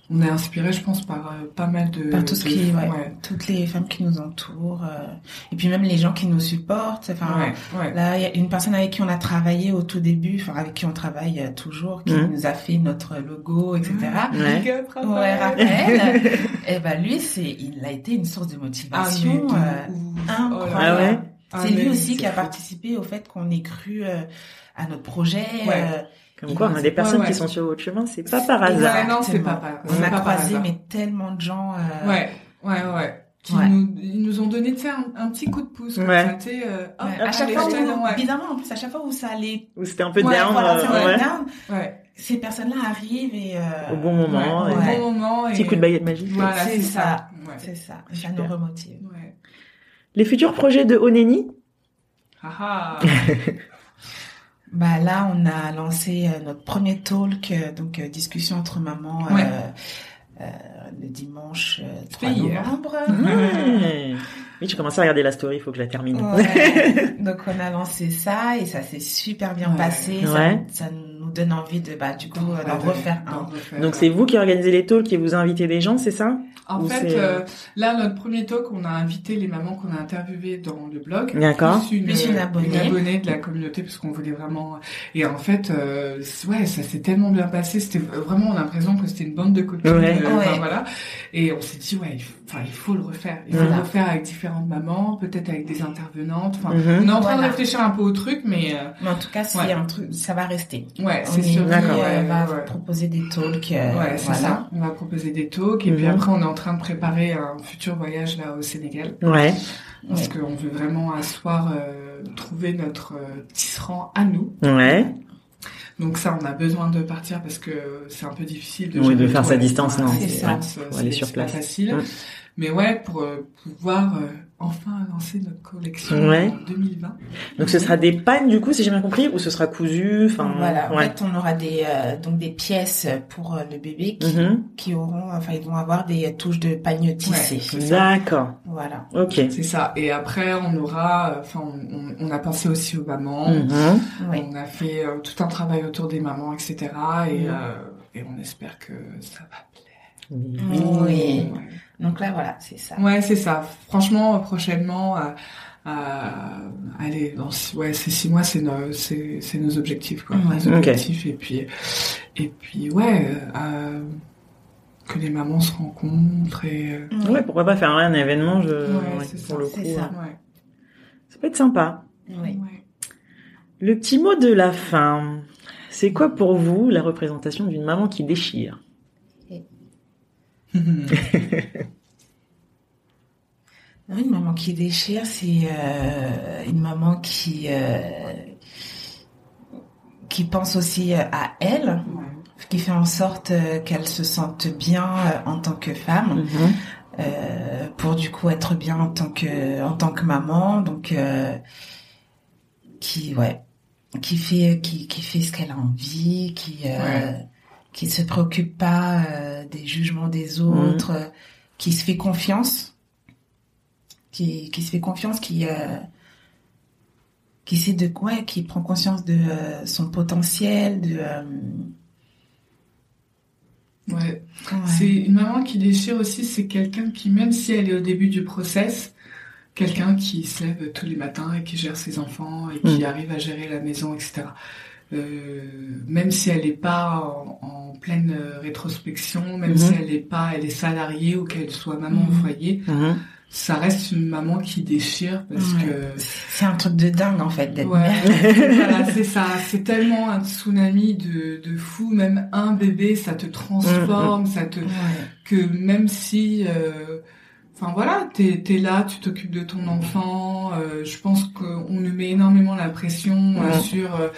Speaker 2: on- on est inspiré je pense par euh, pas mal de
Speaker 3: Par tout ce
Speaker 2: de-
Speaker 3: qui, ouais,
Speaker 2: ouais
Speaker 3: toutes les femmes qui nous entourent, euh, et puis même les gens qui nous supportent. Enfin,
Speaker 2: ouais, ouais.
Speaker 3: Là, il y a une personne avec qui on a travaillé au tout début, enfin avec qui on travaille euh, toujours, qui
Speaker 2: Hein?
Speaker 1: Mhm.
Speaker 3: nous a fait notre logo, etc.
Speaker 1: Ouais.
Speaker 2: Big up, Raphaël.
Speaker 3: Ouais, Raphaël. et ben lui, c'est, il a été une source de
Speaker 2: Ah, mais
Speaker 3: motivation.
Speaker 2: de
Speaker 3: euh,
Speaker 2: ouf.
Speaker 3: incroyable.
Speaker 2: Oh là
Speaker 1: Ah
Speaker 2: là.
Speaker 1: ouais
Speaker 2: Ah,
Speaker 3: c'est lui
Speaker 2: mais
Speaker 3: aussi qui a
Speaker 2: fou.
Speaker 3: participé au fait qu'on ait cru euh, à notre projet.
Speaker 2: Ouais.
Speaker 3: euh,
Speaker 1: Comme quoi, on a
Speaker 3: Ouais,
Speaker 1: des personnes
Speaker 2: ouais.
Speaker 1: qui sont sur votre chemin, c'est pas par
Speaker 3: Exact.
Speaker 1: hasard.
Speaker 2: Ouais, non, c'est pas
Speaker 3: Exactement.
Speaker 2: par- c'est
Speaker 3: on
Speaker 2: pas
Speaker 3: a
Speaker 2: par
Speaker 3: croisé
Speaker 2: hasard.
Speaker 3: mais tellement de gens. euh,
Speaker 2: Ouais, ouais, ouais. Qui
Speaker 3: Ouais.
Speaker 2: Nous, ils nous ont donné tu sais, un, un petit coup de pouce. Comme
Speaker 1: Ouais.
Speaker 2: ça, tu sais, euh, hop,
Speaker 3: ouais. à chaque
Speaker 2: allez,
Speaker 3: fois,
Speaker 2: allez,
Speaker 3: où,
Speaker 2: ouais.
Speaker 3: bizarrement, en plus, à chaque fois où ça allait,
Speaker 1: Ou c'était un peu
Speaker 2: Ouais,
Speaker 1: down,
Speaker 3: voilà,
Speaker 1: euh,
Speaker 3: ça allait
Speaker 1: ouais,
Speaker 3: down,
Speaker 2: Ouais.
Speaker 3: ces personnes-là arrivent et euh,
Speaker 1: au bon moment.
Speaker 2: Ouais,
Speaker 1: et-
Speaker 2: au
Speaker 3: ouais.
Speaker 2: bon moment.
Speaker 1: Petit
Speaker 2: et-
Speaker 1: coup de baguette magique.
Speaker 2: Voilà,
Speaker 3: C'est
Speaker 2: c'est ça. Ouais.
Speaker 3: c'est ça, ça
Speaker 1: Super.
Speaker 3: nous remotive.
Speaker 2: Ouais.
Speaker 1: Les futurs projets de Oneni
Speaker 2: Ah, ah.
Speaker 3: Bah là, on a lancé euh, notre premier talk, euh, donc euh, discussion entre mamans euh,
Speaker 2: Ouais.
Speaker 3: euh, le dimanche euh, 3
Speaker 2: C'était hier.
Speaker 3: novembre.
Speaker 1: Mm-hmm. Ouais. Oui, j'ai commencé à regarder la story, il faut que je la termine.
Speaker 3: Ouais. euh, Donc on a lancé ça et ça s'est super bien
Speaker 2: Ouais.
Speaker 3: passé. Ça-
Speaker 1: Ouais.
Speaker 3: Ça, nous donne envie de bah du coup euh, d'en
Speaker 2: Ah,
Speaker 3: refaire
Speaker 2: d'en
Speaker 3: un.
Speaker 2: refaire
Speaker 1: Donc
Speaker 2: un.
Speaker 1: c'est vous qui organisez les talks, qui vous invitez des gens, c'est ça
Speaker 2: En
Speaker 1: ou
Speaker 2: fait,
Speaker 1: c'est-
Speaker 2: euh, là, notre premier talk, on a invité les mamans qu'on a interviewées dans le blog.
Speaker 1: D'accord.
Speaker 2: Plus une,
Speaker 3: Plus une
Speaker 2: euh,
Speaker 3: abonnée.
Speaker 2: abonnée de la communauté, parce qu'on voulait vraiment. Et en fait, euh, c- ouais, ça s'est tellement bien passé. C'était vraiment, on a l'impression que c'était une bande de copines.
Speaker 1: Ouais.
Speaker 2: euh, enfin,
Speaker 3: Ouais.
Speaker 2: voilà. Et on s'est dit, ouais, il faut, enfin, il faut le refaire. Il faut
Speaker 1: Voilà.
Speaker 2: le refaire avec différentes mamans, peut-être avec des intervenantes. Enfin,
Speaker 1: Mhm.
Speaker 2: on est en train de
Speaker 3: Voilà.
Speaker 2: réfléchir un peu au truc, mais euh,
Speaker 3: Mais en tout cas, c'est
Speaker 2: Ouais.
Speaker 3: un truc, ça va rester.
Speaker 2: ouais,
Speaker 3: On
Speaker 2: c'est
Speaker 3: est-
Speaker 2: sûr. que,
Speaker 1: D'accord.
Speaker 3: euh,
Speaker 2: ouais,
Speaker 3: va
Speaker 2: ouais.
Speaker 3: proposer des talks. euh,
Speaker 2: Ouais, c'est
Speaker 3: voilà.
Speaker 2: ça. On va proposer des talks et puis
Speaker 1: Mhm.
Speaker 2: après on est en train de préparer un futur voyage là au Sénégal
Speaker 1: Ouais.
Speaker 2: parce qu'on veut vraiment asseoir, euh, trouver notre euh, tisserand à nous.
Speaker 1: Ouais.
Speaker 2: Donc ça, on a besoin de partir parce que c'est un peu difficile de,
Speaker 1: Oui,
Speaker 2: gérer
Speaker 1: de faire
Speaker 2: tout
Speaker 1: sa
Speaker 2: à la-
Speaker 1: distance,
Speaker 2: à
Speaker 1: non,
Speaker 2: la
Speaker 3: c'est
Speaker 2: distance, euh,
Speaker 1: Faut aller
Speaker 2: c'est-
Speaker 1: sur
Speaker 2: c'est pas
Speaker 1: place.
Speaker 2: facile.
Speaker 1: Mm.
Speaker 2: Mais ouais, pour euh, pouvoir euh, enfin lancer notre collection
Speaker 1: Ouais.
Speaker 2: en 2020.
Speaker 1: Donc ce sera des pannes du coup, si j'ai bien compris, ou ce sera cousu, enfin.
Speaker 3: Voilà. En
Speaker 1: Ouais.
Speaker 3: fait, on aura des euh, donc des pièces pour euh, le bébé qui,
Speaker 1: Mhm.
Speaker 3: qui auront, enfin, ils vont avoir des touches de pagne tissé.
Speaker 2: Ouais.
Speaker 1: D'accord.
Speaker 3: Voilà.
Speaker 1: Ok.
Speaker 2: C'est ça. Et après, on aura, euh, enfin, on, on- on a pensé aussi aux mamans.
Speaker 1: Mhm.
Speaker 3: Oui.
Speaker 2: On a fait euh, tout un travail autour des mamans, etc. Et,
Speaker 1: Mm.
Speaker 2: euh, et on espère que ça va.
Speaker 3: Oui.
Speaker 2: Ouais.
Speaker 3: Donc là, voilà, c'est ça.
Speaker 2: Ouais, c'est ça. Franchement, euh, prochainement, euh, euh, allez, dans six- ouais, ces six mois, c'est nos, c'est, c'est nos objectifs, quoi.
Speaker 3: Ouais.
Speaker 2: Nos
Speaker 1: Ok.
Speaker 2: objectifs, et puis, et puis, ouais, euh, que les mamans se rencontrent et. euh,
Speaker 1: Ouais, pourquoi pas faire un événement, je...
Speaker 2: Ouais,
Speaker 1: ouais,
Speaker 2: c'est
Speaker 1: pour
Speaker 2: ça,
Speaker 1: le
Speaker 3: c'est
Speaker 1: coup.
Speaker 3: ça.
Speaker 1: euh,
Speaker 2: ouais.
Speaker 1: ça peut être sympa.
Speaker 3: Ah. Oui.
Speaker 2: Ouais.
Speaker 1: Le petit mot de la fin. C'est quoi pour vous la représentation d'une maman qui déchire
Speaker 3: Oui, Une maman qui déchire, c'est euh, une maman qui euh, qui pense aussi euh, à elle, qui fait en sorte euh, qu'elle se sente bien euh, en tant que femme,
Speaker 2: Mhm,
Speaker 3: euh, pour du coup être bien en tant que en tant que maman, donc euh, qui ouais, qui fait qui qui fait ce qu'elle a envie, qui euh,
Speaker 2: Ouais.
Speaker 3: qui se préoccupe pas euh, des jugements des autres,
Speaker 2: Mmh.
Speaker 3: euh, qui se fait confiance qui, qui se fait confiance, qui, euh, qui sait de quoi, qui prend conscience de euh, son potentiel, de. euh,
Speaker 2: Ouais.
Speaker 3: ouais.
Speaker 2: C'est une maman qui déchire aussi, c'est quelqu'un qui, même si elle est au début du process, quelqu'un qui se lève tous les matins et qui gère ses enfants et
Speaker 3: Mm.
Speaker 2: qui arrive à gérer la maison, etc. Euh, même si elle n'est pas en, en pleine euh, rétrospection, même
Speaker 1: Mhm.
Speaker 3: Mm-hmm.
Speaker 2: si elle n'est pas, elle est salariée ou qu'elle soit maman au
Speaker 3: Mhm.
Speaker 2: foyer,
Speaker 1: Mhm.
Speaker 2: ça reste une maman qui déchire parce
Speaker 3: Ouais.
Speaker 2: que
Speaker 3: C'est un truc de dingue en fait d'être
Speaker 2: Ouais,
Speaker 3: mère.
Speaker 2: voilà, c'est ça. C'est tellement un tsunami de, de fou. Même un bébé, ça te transforme,
Speaker 3: Mm-hmm.
Speaker 2: ça te que même si, euh, enfin voilà, t'es es là, tu t'occupes de ton enfant. euh, je pense qu'on nous met énormément la pression euh,
Speaker 1: Ouais.
Speaker 2: sur euh,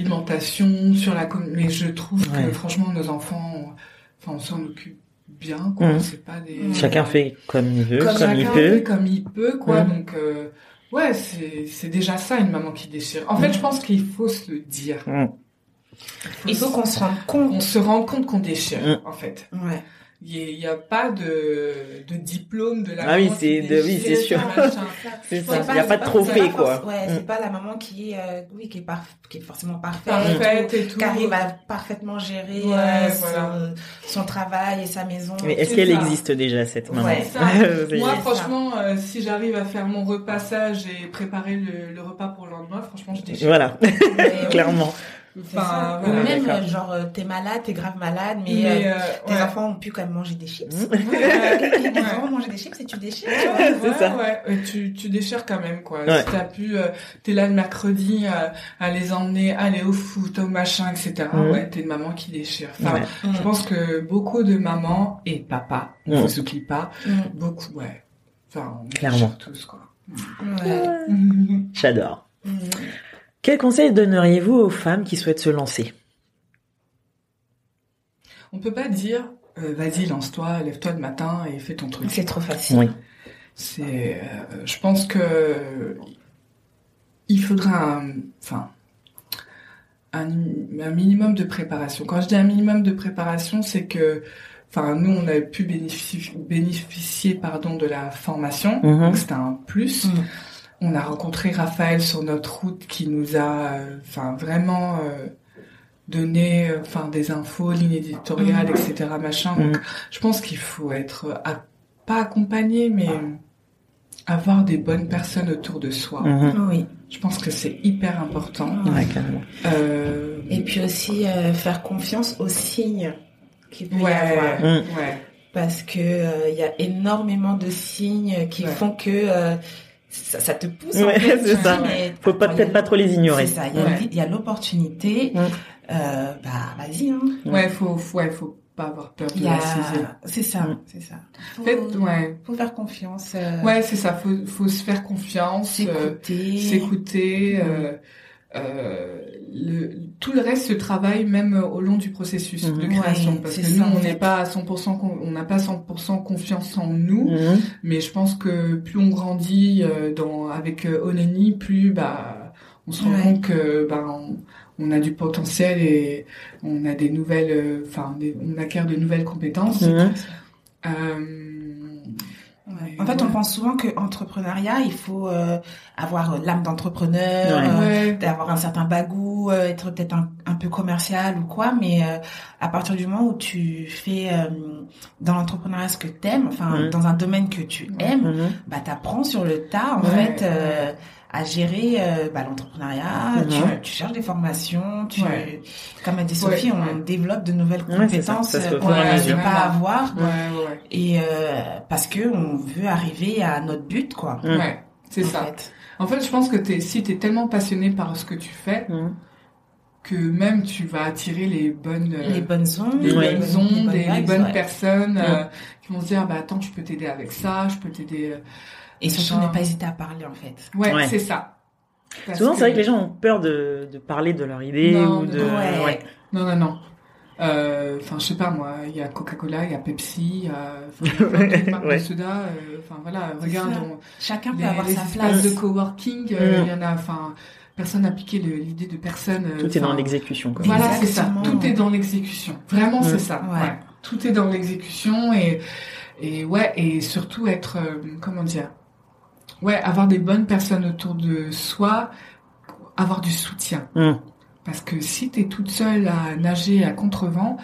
Speaker 2: l'alimentation, sur la. com- Mais je trouve
Speaker 1: Ouais.
Speaker 2: que franchement, nos enfants, on- enfin, on s'en occupe bien. Quoi.
Speaker 1: Mhm.
Speaker 2: C'est pas des.
Speaker 3: Mhm.
Speaker 1: Chacun fait comme il veut, comme,
Speaker 2: Comme
Speaker 1: il
Speaker 2: chacun
Speaker 1: peut.
Speaker 2: fait comme il peut, quoi.
Speaker 1: Mm.
Speaker 2: Donc, euh, ouais, c'est c'est déjà ça, une maman qui déchire. En fait, je pense qu'il faut se le dire.
Speaker 1: Mm.
Speaker 3: Il faut qu'on se rende compte.
Speaker 2: On se rend compte qu'on déchire,
Speaker 1: Mm.
Speaker 2: en fait.
Speaker 3: Ouais.
Speaker 2: Il n'y a, pas de, de diplôme de la
Speaker 1: Ah
Speaker 2: maman
Speaker 1: oui,
Speaker 2: qui
Speaker 1: c'est- de- oui, c'est
Speaker 2: déchire,
Speaker 1: sûr.
Speaker 2: machin.
Speaker 1: C'est ça.
Speaker 3: Ouais,
Speaker 1: Il
Speaker 3: pas-
Speaker 1: n'y a
Speaker 3: c'est
Speaker 1: pas de
Speaker 3: pas-
Speaker 1: trophée,
Speaker 3: c'est pas
Speaker 1: quoi.
Speaker 3: forc- Ouais,
Speaker 1: Mm.
Speaker 3: c'est pas la maman qui est, euh, oui, qui est, parf- qui est forcément parfaite,
Speaker 2: Parfaite et tout.
Speaker 3: qui arrive à parfaitement gérer
Speaker 2: Ouais,
Speaker 3: euh,
Speaker 2: voilà.
Speaker 3: son, son travail et sa maison.
Speaker 1: Mais est-ce
Speaker 2: C'est
Speaker 1: qu'elle
Speaker 2: ça.
Speaker 1: existe déjà, cette maman
Speaker 3: Ouais,
Speaker 2: ça.
Speaker 1: Ça y
Speaker 2: Moi,
Speaker 1: est.
Speaker 3: ça.
Speaker 2: franchement, euh, si j'arrive à faire mon repassage et préparer le, le repas pour le lendemain, franchement, je déchire.
Speaker 1: Voilà,
Speaker 3: Mais oui,
Speaker 1: clairement.
Speaker 3: c'est ça.
Speaker 2: Enfin,
Speaker 3: Ou
Speaker 2: voilà.
Speaker 1: Ouais,
Speaker 3: même,
Speaker 1: d'accord.
Speaker 3: euh, genre, euh, t'es malade, t'es grave malade, mais,
Speaker 2: Mais,
Speaker 3: euh,
Speaker 2: euh,
Speaker 3: tes
Speaker 2: ouais.
Speaker 3: enfants ont pu quand même manger des chips.
Speaker 1: Mm.
Speaker 3: Ils ont
Speaker 2: Ouais.
Speaker 3: vraiment mangé des chips et tu déchires. tu vois.
Speaker 2: Ouais,
Speaker 1: C'est
Speaker 2: ouais,
Speaker 1: ça.
Speaker 2: ouais. Euh, Tu, tu déchires quand même, quoi.
Speaker 1: Ouais.
Speaker 2: Si t'as pu, euh, t'es là le mercredi euh, à les emmener, aller au foot, au machin, etc.
Speaker 1: Mhm.
Speaker 2: Ouais, t'es une maman qui déchire. Enfin,
Speaker 1: Ouais.
Speaker 2: je pense que beaucoup de mamans et papa, on
Speaker 1: Mhm.
Speaker 2: vous oublie pas,
Speaker 3: Mm.
Speaker 2: beaucoup, ouais. Enfin, on
Speaker 1: Clairement.
Speaker 2: déchire tous, quoi.
Speaker 3: Ouais.
Speaker 2: Mhm.
Speaker 1: J'adore.
Speaker 3: Mm.
Speaker 1: Quel conseil donneriez-vous aux femmes qui souhaitent se lancer
Speaker 2: on peut pas dire, euh, vas-y, lance-toi, lève-toi le matin et fais ton truc.
Speaker 3: C'est trop facile.
Speaker 1: Oui.
Speaker 2: C'est, euh, je pense que il faudra, un- enfin, un, un minimum de préparation. Quand je dis un minimum de préparation, c'est que, enfin, nous, on a pu bénéficier, bénéficier pardon, de la formation,
Speaker 1: Mhm.
Speaker 2: donc c'était un plus.
Speaker 3: Mhm.
Speaker 2: On a rencontré Raphaël sur notre route qui nous a, euh, enfin, vraiment euh, donné, euh, enfin, des infos, lignes éditoriales, etc., machin. Donc, je pense qu'il faut être euh, à- pas accompagné, mais euh, avoir des bonnes personnes autour de soi.
Speaker 1: Mhm.
Speaker 3: Oui.
Speaker 2: Je pense que c'est hyper important.
Speaker 1: Ouais, carrément.
Speaker 2: Euh,
Speaker 3: Et puis aussi euh, faire confiance aux signes qu'il peut y
Speaker 2: ouais,
Speaker 3: avoir.
Speaker 1: Mhm.
Speaker 2: ouais,
Speaker 3: Parce que euh, il y a énormément de signes qui
Speaker 2: Ouais.
Speaker 3: font que euh, ça, ça te pousse en
Speaker 1: Ouais,
Speaker 3: fait.
Speaker 1: c'est
Speaker 3: tu te
Speaker 1: ça.
Speaker 3: dis, mais
Speaker 1: Faut pas
Speaker 3: attends,
Speaker 1: peut-être
Speaker 3: il y a-
Speaker 1: pas trop les ignorer.
Speaker 3: C'est ça, il y a
Speaker 2: Ouais.
Speaker 3: l'i- il y a l'opportunité.
Speaker 1: Mm.
Speaker 3: Euh, bah vas-y. Hein.
Speaker 1: Mhm.
Speaker 2: ouais, faut, faut, ouais, faut pas avoir peur
Speaker 3: Il
Speaker 2: de
Speaker 3: y a-
Speaker 2: la saisir.
Speaker 3: C'est ça,
Speaker 1: Mm.
Speaker 3: c'est ça.
Speaker 2: En fait, ouais,
Speaker 3: faut faire confiance. euh,
Speaker 2: ouais, c'est ça. Faut, faut se faire confiance, euh,
Speaker 3: S'écouter.
Speaker 2: s'écouter.
Speaker 3: Mhm.
Speaker 2: euh, euh, le, tout le reste se travaille même au long du processus
Speaker 1: Mhm.
Speaker 2: de création
Speaker 3: Ouais,
Speaker 2: parce
Speaker 3: c'est
Speaker 2: que nous
Speaker 3: ça, en
Speaker 2: on
Speaker 3: fait.
Speaker 2: n'est pas à 100% con- on n'a pas 100% confiance en nous
Speaker 1: Mhm.
Speaker 2: Mais je pense que plus on grandit euh, dans, avec euh, Oneni, plus bah, on se rend
Speaker 3: Ouais.
Speaker 2: compte que bah, on, on a du potentiel et on a des nouvelles, euh, enfin, des- on acquiert de nouvelles compétences.
Speaker 1: Mhm.
Speaker 2: Euh,
Speaker 3: Ouais. En fait, on pense souvent que entrepreneuriat, il faut euh, avoir euh, l'âme d'entrepreneur,
Speaker 1: Ouais.
Speaker 3: euh,
Speaker 2: ouais,
Speaker 3: d'avoir un certain bagou, euh, être peut-être un, un peu commercial ou quoi, mais euh, à partir du moment où tu fais euh, dans l'entrepreneuriat ce que t'aimes, enfin
Speaker 1: Mhm.
Speaker 3: dans un domaine que tu
Speaker 2: Ouais.
Speaker 3: aimes,
Speaker 1: Mhm.
Speaker 3: bah t'apprends sur le tas en
Speaker 2: Ouais.
Speaker 3: fait euh, à gérer euh, bah, l'entrepreneuriat,
Speaker 1: Mhm.
Speaker 3: tu, tu cherches des formations, tu
Speaker 2: Ouais.
Speaker 3: comme a dit Sophie,
Speaker 2: Ouais.
Speaker 3: on développe de nouvelles
Speaker 1: Ouais, c'est ça.
Speaker 3: compétences
Speaker 1: Ça se fait au
Speaker 3: euh, qu'on
Speaker 2: fur et à
Speaker 3: ne sait
Speaker 2: mesure.
Speaker 3: pas avoir
Speaker 2: ouais, ouais,
Speaker 3: et euh, parce que on veut arriver à notre but quoi.
Speaker 1: Mhm.
Speaker 2: ouais, c'est
Speaker 3: en
Speaker 2: ça.
Speaker 3: fait.
Speaker 2: En fait, je pense que t'es, si t'es tellement passionné par ce que tu fais,
Speaker 1: Mhm.
Speaker 2: que même tu vas attirer les bonnes, euh,
Speaker 3: Les bonnes ondes,
Speaker 2: les
Speaker 1: Ouais.
Speaker 2: bonnes ondes, et les bonnes,
Speaker 3: vibes, ouais.
Speaker 2: personnes
Speaker 1: Ouais.
Speaker 2: euh, qui vont se dire, ah bah attends, je peux t'aider avec ça, je peux t'aider. euh,
Speaker 3: Et surtout,
Speaker 2: Machin.
Speaker 3: ne pas hésiter à parler, en fait.
Speaker 2: Ouais,
Speaker 1: Ouais.
Speaker 2: c'est ça. Parce
Speaker 1: Souvent, c'est vrai
Speaker 2: que-
Speaker 1: que les gens ont peur de, de parler de leur idée
Speaker 2: Non,
Speaker 1: ou
Speaker 2: non,
Speaker 1: de.
Speaker 2: non.
Speaker 3: ouais.
Speaker 2: Non, non, non. Euh, Enfin, je sais pas moi, il y a Coca-Cola, il y a Pepsi, il y a enfin, plein d'autres marques
Speaker 1: Ouais.
Speaker 2: de soda. euh, Enfin voilà, regarde,
Speaker 3: ça.
Speaker 2: on-
Speaker 3: Chacun peut
Speaker 2: les,
Speaker 3: avoir
Speaker 2: les
Speaker 3: sa
Speaker 2: espaces
Speaker 3: place.
Speaker 2: de coworking, euh,
Speaker 1: Mm.
Speaker 2: il y en a. Enfin, personne n'a piqué le- l'idée de personne. euh,
Speaker 1: Tout est dans
Speaker 2: enfin,
Speaker 1: l'exécution. quoi.
Speaker 2: Voilà, c'est ça.
Speaker 3: Exactement.
Speaker 2: Tout est dans l'exécution. Vraiment,
Speaker 1: Mm.
Speaker 2: c'est ça.
Speaker 3: Ouais.
Speaker 2: ouais. Tout est dans l'exécution et et ouais et surtout être euh, comment dire. Ouais, avoir des bonnes personnes autour de soi, avoir du soutien.
Speaker 1: Mhm.
Speaker 2: Parce que si t'es toute seule à nager à contre-vent,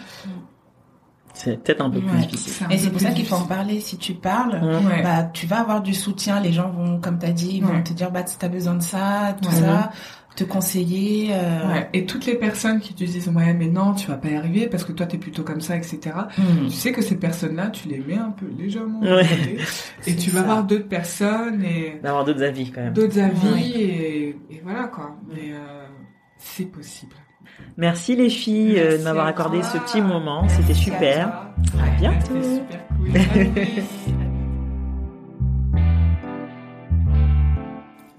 Speaker 1: C'est peut-être un peu plus
Speaker 3: Ouais.
Speaker 1: difficile.
Speaker 2: c'est un
Speaker 3: Et
Speaker 2: peu
Speaker 3: c'est pour
Speaker 2: plus
Speaker 3: ça qu'il faut en
Speaker 2: difficile.
Speaker 3: parler. Si tu parles,
Speaker 1: Mhm.
Speaker 2: Ouais.
Speaker 3: bah, tu vas avoir du soutien. Les gens vont, comme tu as dit, ils vont
Speaker 2: Ouais.
Speaker 3: te dire, bah, si tu as besoin de ça, tout
Speaker 2: Ouais.
Speaker 3: ça. te conseiller. euh,
Speaker 2: Ouais. Et toutes les personnes qui te disent ouais mais non tu vas pas y arriver parce que toi t'es plutôt comme ça etc.
Speaker 3: hmm.
Speaker 2: Tu sais que ces personnes-là tu les mets un peu légèrement de
Speaker 1: Ouais.
Speaker 2: côté et
Speaker 3: C'est
Speaker 2: tu vas
Speaker 3: ça.
Speaker 2: voir d'autres personnes et
Speaker 1: D'avoir d'autres avis quand même.
Speaker 2: d'autres avis
Speaker 3: Ouais.
Speaker 2: et, et voilà quoi. Mais euh, c'est possible.
Speaker 1: Merci les filles euh,
Speaker 2: Merci
Speaker 1: de m'avoir
Speaker 2: à
Speaker 1: accordé
Speaker 2: toi.
Speaker 1: ce petit moment. C'était
Speaker 3: Merci à
Speaker 1: super.
Speaker 2: À
Speaker 1: À bientôt.
Speaker 2: C'était super cool. À plus.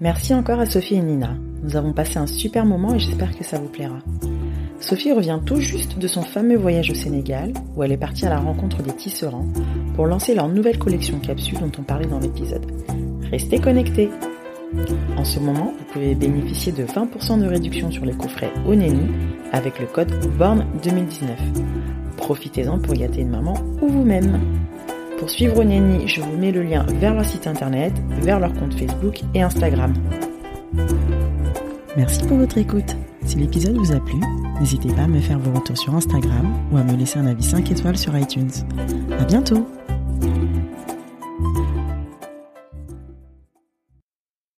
Speaker 1: Merci encore à Sophie et Nina. Nous avons passé un super moment et j'espère que ça vous plaira. Sophie revient tout juste de son fameux voyage au Sénégal, où elle est partie à la rencontre des tisserands pour lancer leur nouvelle collection capsule dont on parlait dans l'épisode. Restez connectés En ce moment, vous pouvez bénéficier de 20% de réduction sur les coffrets Oneni avec le code BORN2019. Profitez-en pour gâter une maman ou vous-même pour suivre Oneni, je vous mets le lien vers leur site internet, vers leur compte Facebook et Instagram. Merci pour votre écoute. Si l'épisode vous a plu, n'hésitez pas à me faire vos retours sur Instagram ou à me laisser un avis 5 étoiles sur iTunes. À bientôt!